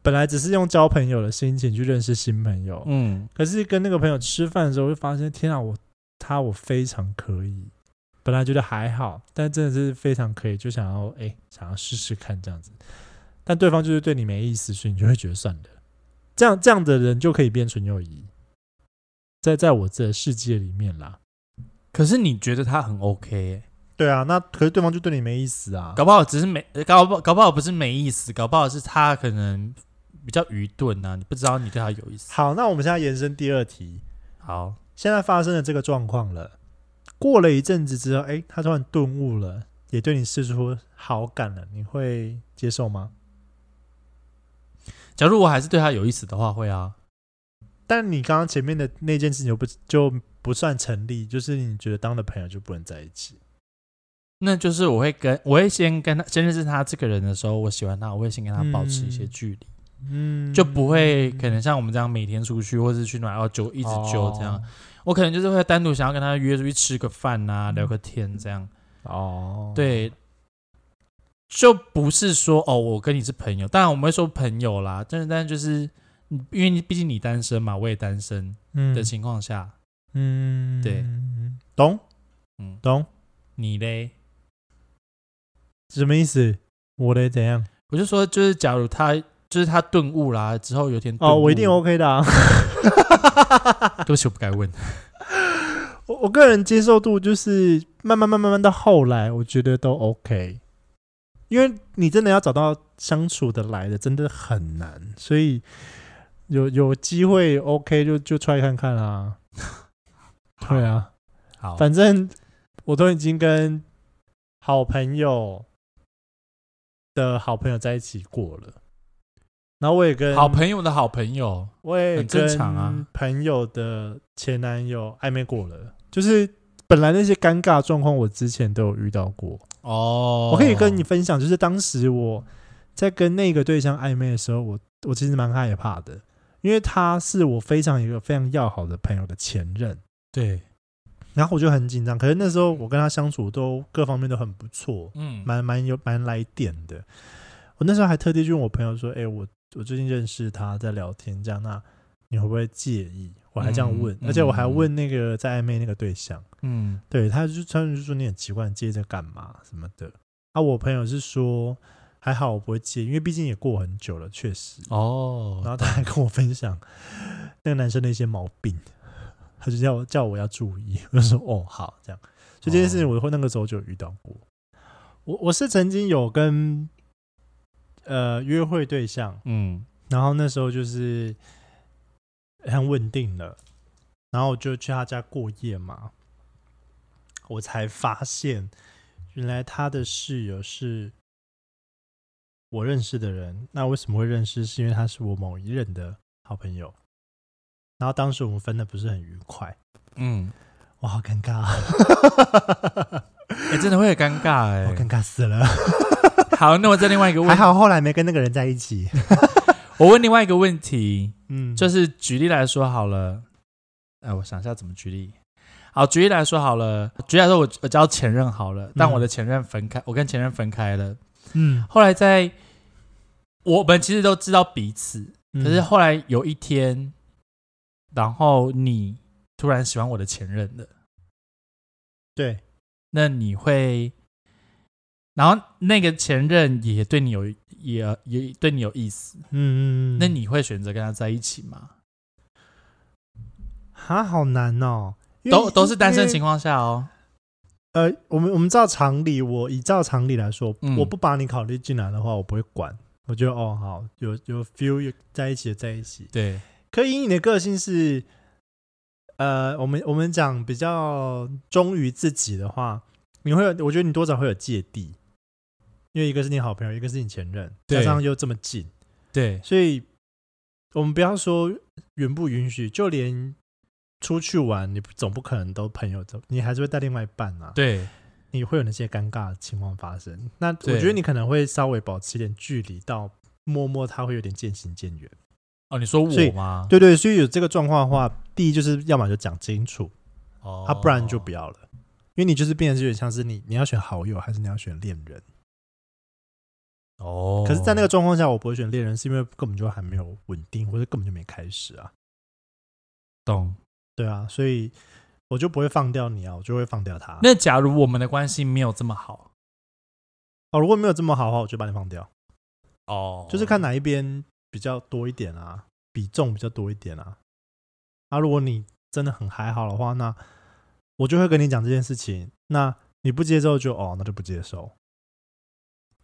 [SPEAKER 2] 本来只是用交朋友的心情去认识新朋友，
[SPEAKER 1] 嗯，
[SPEAKER 2] 可是跟那个朋友吃饭的时候，会发现，天啊，我他我非常可以，本来觉得还好，但真的是非常可以，就想要哎、想要试试看这样子。但对方就是对你没意思，所以你就会觉得算了。这样这样的人就可以变纯友谊，在在我这世界里面啦。
[SPEAKER 1] 可是你觉得他很 OK，、欸、
[SPEAKER 2] 对啊，那可是对方就对你没意思啊。
[SPEAKER 1] 搞不好只是没，搞不搞不好不是没意思，搞不好是他可能比较愚钝啊，你不知道你对他有意思。
[SPEAKER 2] 好，那我们现在延伸第二题，
[SPEAKER 1] 好，
[SPEAKER 2] 现在发生了这个状况了，过了一阵子之后，哎，他突然顿悟了，也对你示出好感了，你会接受吗？
[SPEAKER 1] 假如我还是对他有意思的话，会啊。
[SPEAKER 2] 但你刚刚前面的那件事情就不就不算成立，就是你觉得当了朋友就不能在一起。
[SPEAKER 1] 那就是我会跟我会先跟他先认识他这个人的时候，我喜欢他，我会先跟他保持一些
[SPEAKER 2] 嗯
[SPEAKER 1] 距离，
[SPEAKER 2] 嗯
[SPEAKER 1] 就不会可能像我们这样每天出去，或是去哪然后就一
[SPEAKER 2] 一
[SPEAKER 1] 直揪这样。我可能就是会单独想要跟他约出去吃个饭啊，
[SPEAKER 2] 嗯
[SPEAKER 1] 聊个天这样。
[SPEAKER 2] 哦，，
[SPEAKER 1] 对，就不是说哦，我跟你是朋友，当然我们会说朋友啦，但是但是就是你，因为你毕竟你单身嘛，我也单身
[SPEAKER 2] 嗯
[SPEAKER 1] 的情况下，
[SPEAKER 2] 嗯，
[SPEAKER 1] 对，
[SPEAKER 2] 懂
[SPEAKER 1] 嗯，
[SPEAKER 2] 懂
[SPEAKER 1] 你嘞？
[SPEAKER 2] 什么意思？我得怎样？
[SPEAKER 1] 我就说，就是假如他就是他顿悟啦，之后有点顿
[SPEAKER 2] 哦，
[SPEAKER 1] 悟
[SPEAKER 2] 我一定 OK
[SPEAKER 1] [laughs]
[SPEAKER 2] 的、啊。
[SPEAKER 1] 对不起，我不该问。
[SPEAKER 2] 我我个人接受度就是慢慢慢慢慢到后来，我觉得都 OK，因为你真的要找到相处的来的真的很难，所以有有机会 OK 就就 try 看
[SPEAKER 1] [laughs]
[SPEAKER 2] 看啦、对啊，
[SPEAKER 1] 好，
[SPEAKER 2] 反正我都已经跟好朋友的好朋友在一起过了，然后我也跟
[SPEAKER 1] 好朋友的好朋友，
[SPEAKER 2] 我也
[SPEAKER 1] 很正常啊
[SPEAKER 2] 跟朋友的前男友暧昧过了，就是本来那些尴尬状况，我之前都有遇到过。
[SPEAKER 1] 哦，
[SPEAKER 2] 我可以跟你分享，就是当时我在跟那个对象暧昧的时候，我我其实蛮害怕的，因为他是我非常一个非常要好的朋友的前任，
[SPEAKER 1] 对，
[SPEAKER 2] 然后我就很紧张。可是那时候我跟他相处都各方面都很不错，
[SPEAKER 1] 嗯，
[SPEAKER 2] 蛮蛮有蛮来电的。我那时候还特地去问我朋友说：“哎、我我最近认识他，在聊天，这样那你会不会介意？”我还这样问，
[SPEAKER 1] 嗯
[SPEAKER 2] 而且我还
[SPEAKER 1] 嗯
[SPEAKER 2] 问那个在暧昧那个对象，
[SPEAKER 1] 嗯
[SPEAKER 2] 对，他就他就说你很奇怪，你介意在干嘛什么的。啊，我朋友是说还好我不会介意，因为毕竟也过很久了，确实。
[SPEAKER 1] 哦，
[SPEAKER 2] 然后他还跟我分享那个男生的一些毛病，他就叫我叫我要注意，我就说哦好这样。所以
[SPEAKER 1] 哦
[SPEAKER 2] 这件事情我会那个时候就有遇到过。我我是曾经有跟呃约会对象，
[SPEAKER 1] 嗯
[SPEAKER 2] 然后那时候就是很稳定了，然后我就去他家过夜嘛，我才发现原来他的室友是我认识的人。那为什么会认识？是因为他是我某一任的好朋友，然后当时我们分的不是很愉快，
[SPEAKER 1] 嗯，
[SPEAKER 2] 哇，好尴尬、啊，
[SPEAKER 1] 哎，真的会很尴尬
[SPEAKER 2] 我
[SPEAKER 1] 哎。
[SPEAKER 2] 尴尬死了。
[SPEAKER 1] 好，那我再另外一个
[SPEAKER 2] 还
[SPEAKER 1] 问，
[SPEAKER 2] 好后来没跟那个人在一起。
[SPEAKER 1] 我问另外一个问题，
[SPEAKER 2] 嗯，
[SPEAKER 1] 就是举例来说好了，哎，我想一下怎么举例。好，举例来说好了，举例来说我我交前任好了，但
[SPEAKER 2] 嗯
[SPEAKER 1] 我的前任分开，我跟前任分开了。
[SPEAKER 2] 嗯，
[SPEAKER 1] 后来在我们其实都知道彼此，
[SPEAKER 2] 可
[SPEAKER 1] 可是后来有一天，然后你突然喜欢我的前任了，
[SPEAKER 2] 对，
[SPEAKER 1] 那你会，然后那个前任也对你有也也对你有意思，
[SPEAKER 2] 嗯嗯嗯，
[SPEAKER 1] 那你会选择跟他在一起吗？
[SPEAKER 2] 哈好难哦，因为
[SPEAKER 1] 都都是单身。
[SPEAKER 2] 因为
[SPEAKER 1] 情况下哦，
[SPEAKER 2] 呃，我们我们照常理，我以照常理来说，
[SPEAKER 1] 嗯
[SPEAKER 2] 我不把你考虑进来的话，我不会管。我觉得哦，好，有有 feel 有在一起的在一起。
[SPEAKER 1] 对，
[SPEAKER 2] 可以你的个性是，呃，我们我们讲比较忠于自己的话，你会有，我觉得你多少会有芥蒂，因为一个是你好朋友，一个是你前任，
[SPEAKER 1] 对
[SPEAKER 2] 加上又这么近，
[SPEAKER 1] 对，
[SPEAKER 2] 所以我们不要说允不允许，就连出去玩，你总不可能都朋友走，你还是会带另外一半啊。
[SPEAKER 1] 对，
[SPEAKER 2] 你会有那些尴尬的情况发生。那我
[SPEAKER 1] 对
[SPEAKER 2] 觉得你可能会稍微保持一点距离，到默默他会有点渐行渐远。
[SPEAKER 1] 哦，你说
[SPEAKER 2] 所以
[SPEAKER 1] 我吗？
[SPEAKER 2] 对对，所以有这个状况的话，第一就是要么就讲清楚，
[SPEAKER 1] 哦
[SPEAKER 2] 啊，不然就不要了。因为你就是变得有点像是你，你要选好友还是你要选恋人？
[SPEAKER 1] 哦。
[SPEAKER 2] 可是，在那个状况下，我不会选恋人，是因为根本就还没有稳定，或者根本就没开始啊。
[SPEAKER 1] 懂，
[SPEAKER 2] 对啊，所以我就不会放掉你啊，我就会放掉他。
[SPEAKER 1] 那假如我们的关系没有这么好，
[SPEAKER 2] 哦，如果没有这么好的话，我就把你放掉，
[SPEAKER 1] 哦，
[SPEAKER 2] 就是看哪一边比较多一点啊，比重比较多一点啊。啊，如果你真的很还好的话，那我就会跟你讲这件事情。那你不接受就哦，那就不接受。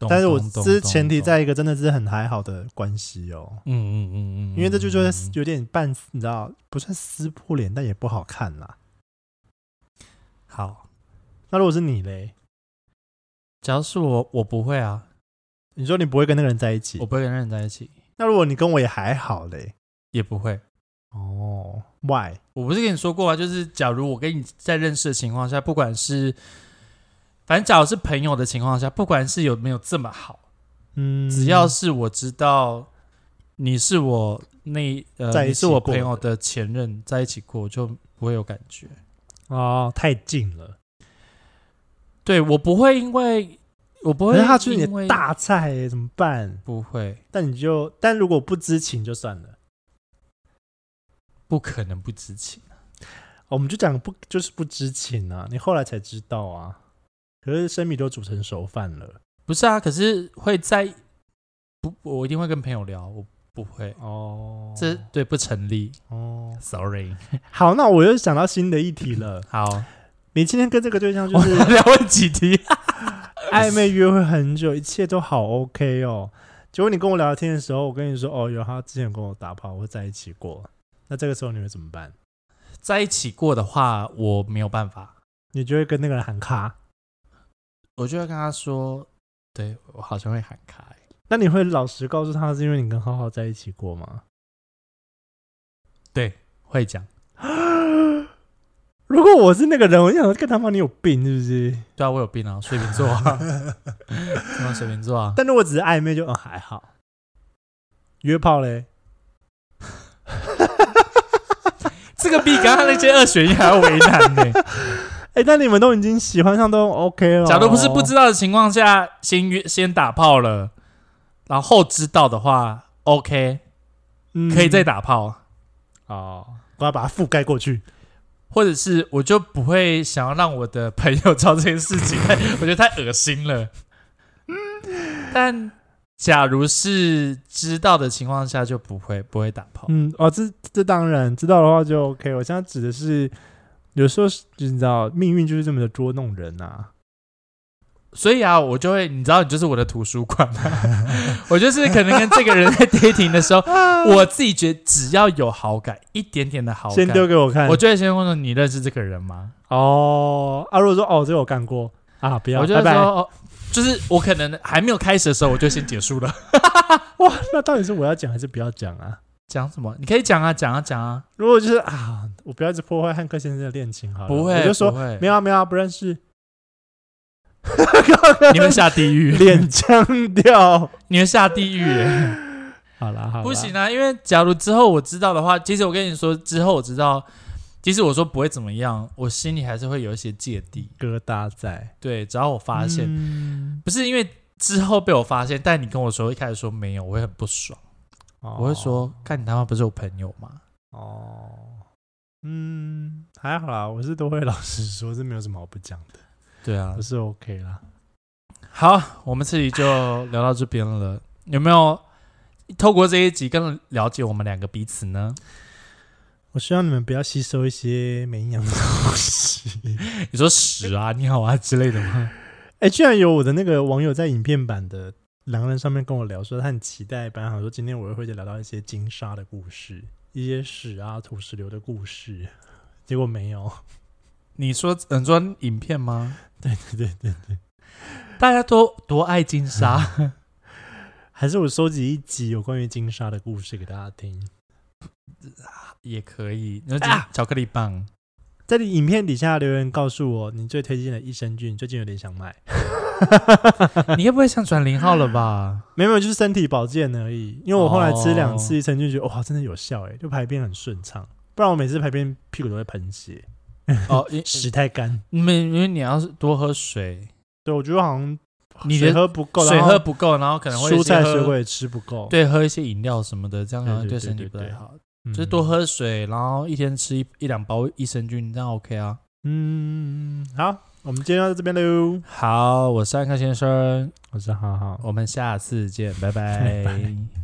[SPEAKER 1] 懂，
[SPEAKER 2] 但是我
[SPEAKER 1] 懂懂
[SPEAKER 2] 之
[SPEAKER 1] 懂
[SPEAKER 2] 前提
[SPEAKER 1] 懂
[SPEAKER 2] 在一个真的是很还好的关系哦，
[SPEAKER 1] 嗯嗯嗯嗯，
[SPEAKER 2] 因为这就
[SPEAKER 1] 嗯
[SPEAKER 2] 就
[SPEAKER 1] 嗯
[SPEAKER 2] 是
[SPEAKER 1] 嗯
[SPEAKER 2] 有点半，你知道，不算撕破脸，但也不好看啦。
[SPEAKER 1] 好。
[SPEAKER 2] 那如果是你嘞，
[SPEAKER 1] 只要是我，我不会啊，
[SPEAKER 2] 你说你不会跟那个人在一起
[SPEAKER 1] 我，不会跟任何人在一起，
[SPEAKER 2] 那如果你跟我也还好嘞，
[SPEAKER 1] 也不会。
[SPEAKER 2] 哦，why？
[SPEAKER 1] 我不是跟你说过啊，就是假如我跟你在认识的情况下，不管是反正假如是朋友的情况下，不管是有没有这么好，
[SPEAKER 2] 嗯，
[SPEAKER 1] 只要是我知道你是我那呃
[SPEAKER 2] 在一起
[SPEAKER 1] 你是我
[SPEAKER 2] 过
[SPEAKER 1] 朋友的前任，在一起过我就不会有感觉。
[SPEAKER 2] 哦太近了，
[SPEAKER 1] 对我不会因为我不
[SPEAKER 2] 可
[SPEAKER 1] 会
[SPEAKER 2] 是他就是你
[SPEAKER 1] 因为
[SPEAKER 2] 的大菜耶怎么办？
[SPEAKER 1] 不会
[SPEAKER 2] 但你就但如果不知情就算了
[SPEAKER 1] 不可能不知情。啊
[SPEAKER 2] 哦我们就讲不就是不知情啊，你后来才知道啊。可是生米都煮成熟饭了
[SPEAKER 1] 不是啊，可是会在不，我一定会跟朋友聊，我不会，
[SPEAKER 2] 哦
[SPEAKER 1] 这对不成立
[SPEAKER 2] 哦，
[SPEAKER 1] ，sorry。
[SPEAKER 2] 好，那我又想到新的议题 [laughs] 了。
[SPEAKER 1] 好，
[SPEAKER 2] 你今天跟这个对象就是 [laughs]
[SPEAKER 1] 聊问几题， [laughs]
[SPEAKER 2] 暧昧约会很久，一切都好 OK 哦。结果你跟我聊天的时候，我跟你说哦，有他之前有跟我打炮，我在一起过。那这个时候你会怎么办？
[SPEAKER 1] 在一起过的话，我没有办法，
[SPEAKER 2] 你就会跟那个人喊卡？
[SPEAKER 1] 我就会跟他说，对我好像会喊卡、欸
[SPEAKER 2] 那你会老实告诉他是因为你跟浩浩在一起过吗？ [gasps]
[SPEAKER 1] 对，会讲，
[SPEAKER 2] 如果我是那个人，我就想说，干他妈你有病是不是？
[SPEAKER 1] 对啊，我有病啊，水瓶座
[SPEAKER 2] [laughs]
[SPEAKER 1] 啊，什么水瓶座啊，
[SPEAKER 2] 但如果只是暧昧就嗯还好。约炮嘞？
[SPEAKER 1] 这个比刚刚那些二选一还要为难
[SPEAKER 2] [laughs]
[SPEAKER 1] 呢、
[SPEAKER 2] 哎、但你们都已经喜欢上都 OK 了。
[SPEAKER 1] 假如不是不知道的情况下，先约先打炮了，然后知道的话，OK，
[SPEAKER 2] 嗯，
[SPEAKER 1] 可以再打炮。
[SPEAKER 2] 哦，我要把它覆盖过去。
[SPEAKER 1] 或者是我就不会想要让我的朋友知道这件事
[SPEAKER 2] [laughs]
[SPEAKER 1] 情，我觉得太恶心了。
[SPEAKER 2] 嗯
[SPEAKER 1] 但假如是知道的情况下，就不会不会打炮。
[SPEAKER 2] 嗯，哦，这这当然知道的话就 OK。我现在指的是，有时候是你知道，命运就是这么的捉弄人啊。
[SPEAKER 1] 所以啊，我就会，你知道，你就是我的图书馆嘛。 [laughs] 我就是可能跟这个人在 dating 的
[SPEAKER 2] [laughs]
[SPEAKER 1] 时候，我自己觉得只要有好感，一点点的好
[SPEAKER 2] 先丢
[SPEAKER 1] 感，
[SPEAKER 2] 给我看。
[SPEAKER 1] 我就会先问说：“你认识这个人吗？”
[SPEAKER 2] 哦，啊，如果说哦，这个我干过啊，不要，
[SPEAKER 1] 我就是说，
[SPEAKER 2] 拜拜。
[SPEAKER 1] 哦就是我可能还没有开始的时候，我就先结束了。 [laughs]
[SPEAKER 2] 哇， [laughs] 那到底是我要讲还是不要讲啊？
[SPEAKER 1] 讲什么？你可以讲啊，讲啊，讲啊。
[SPEAKER 2] 如果就是啊，我不要一直破坏汉克先生的恋情好了，
[SPEAKER 1] 不会，
[SPEAKER 2] 我就说
[SPEAKER 1] 不会
[SPEAKER 2] 没有啊没有啊，不认识。
[SPEAKER 1] [laughs] 你们下地狱，
[SPEAKER 2] [laughs] 脸僵掉。
[SPEAKER 1] 你们下地狱耶，
[SPEAKER 2] 好啦 [laughs] 好啦，
[SPEAKER 1] 不行啊！因为假如之后我知道的话，其实我跟你说，之后我知道，即使我说不会怎么样，我心里还是会有一些芥蒂。
[SPEAKER 2] 疙瘩在
[SPEAKER 1] 对，只要我发现，
[SPEAKER 2] 嗯
[SPEAKER 1] 不是因为之后被我发现，但你跟我说一开始说没有，我会很不爽，
[SPEAKER 2] 哦
[SPEAKER 1] 我会说，看你他妈不是我朋友吗？
[SPEAKER 2] 哦，嗯，还好啦，我是都会老实说，这没有什么好不讲的，
[SPEAKER 1] 对啊
[SPEAKER 2] 我，是 OK 啦。
[SPEAKER 1] 好，我们这里就聊到这边了，有没有？透过这一集更了解我们两个彼此呢？
[SPEAKER 2] 我希望你们不要吸收一些没营养的东西。
[SPEAKER 1] 你说屎 [laughs] 啊、尿啊之类的吗？
[SPEAKER 2] 哎、居然有我的那个网友在影片版的狼人上面跟我聊说，他很期待，本来想说今天我又会聊到一些金沙的故事，一些屎啊、土石流的故事，结果没有。 [laughs]
[SPEAKER 1] 你说你说影片吗？
[SPEAKER 2] 对对对对，
[SPEAKER 1] 大家都多爱金沙，
[SPEAKER 2] 还是我收集一集有关于金沙的故事给大家听。
[SPEAKER 1] [laughs] 也可以。那金
[SPEAKER 2] 啊
[SPEAKER 1] 巧克力棒，
[SPEAKER 2] 在你影片底下留言告诉我，你最推荐的益生菌，最近有点想买。 [laughs]
[SPEAKER 1] 你该不会想转零号了吧？
[SPEAKER 2] 没有，没有就是身体保健而已。因为我后来吃两次
[SPEAKER 1] 哦
[SPEAKER 2] 益生菌，觉得哇，真的有效哎，就排便很顺畅。不然我每次排便屁股都会喷血，
[SPEAKER 1] [laughs] 哦，因
[SPEAKER 2] 屎太干。
[SPEAKER 1] 你们因为你要是多喝水，
[SPEAKER 2] 对，我觉得好像
[SPEAKER 1] 你
[SPEAKER 2] 水
[SPEAKER 1] 的
[SPEAKER 2] 喝不够，
[SPEAKER 1] 哦水
[SPEAKER 2] 然后
[SPEAKER 1] 喝不够，然后可能会
[SPEAKER 2] 蔬菜
[SPEAKER 1] 先喝
[SPEAKER 2] 水果也吃不够。，
[SPEAKER 1] 对喝一些饮料什么的，这样好像
[SPEAKER 2] 对
[SPEAKER 1] 对
[SPEAKER 2] 对
[SPEAKER 1] 身体
[SPEAKER 2] 对
[SPEAKER 1] 不
[SPEAKER 2] 对
[SPEAKER 1] 太
[SPEAKER 2] 对
[SPEAKER 1] 好。
[SPEAKER 2] 嗯
[SPEAKER 1] 就是多。喝水，然后一天吃一一两包益生菌，这样 OK 啊。
[SPEAKER 2] 嗯，好，我们今天就到这边喽。
[SPEAKER 1] 好，我是安克先生，
[SPEAKER 2] 我是浩浩，
[SPEAKER 1] 我们下次见，拜
[SPEAKER 2] [laughs] 拜
[SPEAKER 1] 拜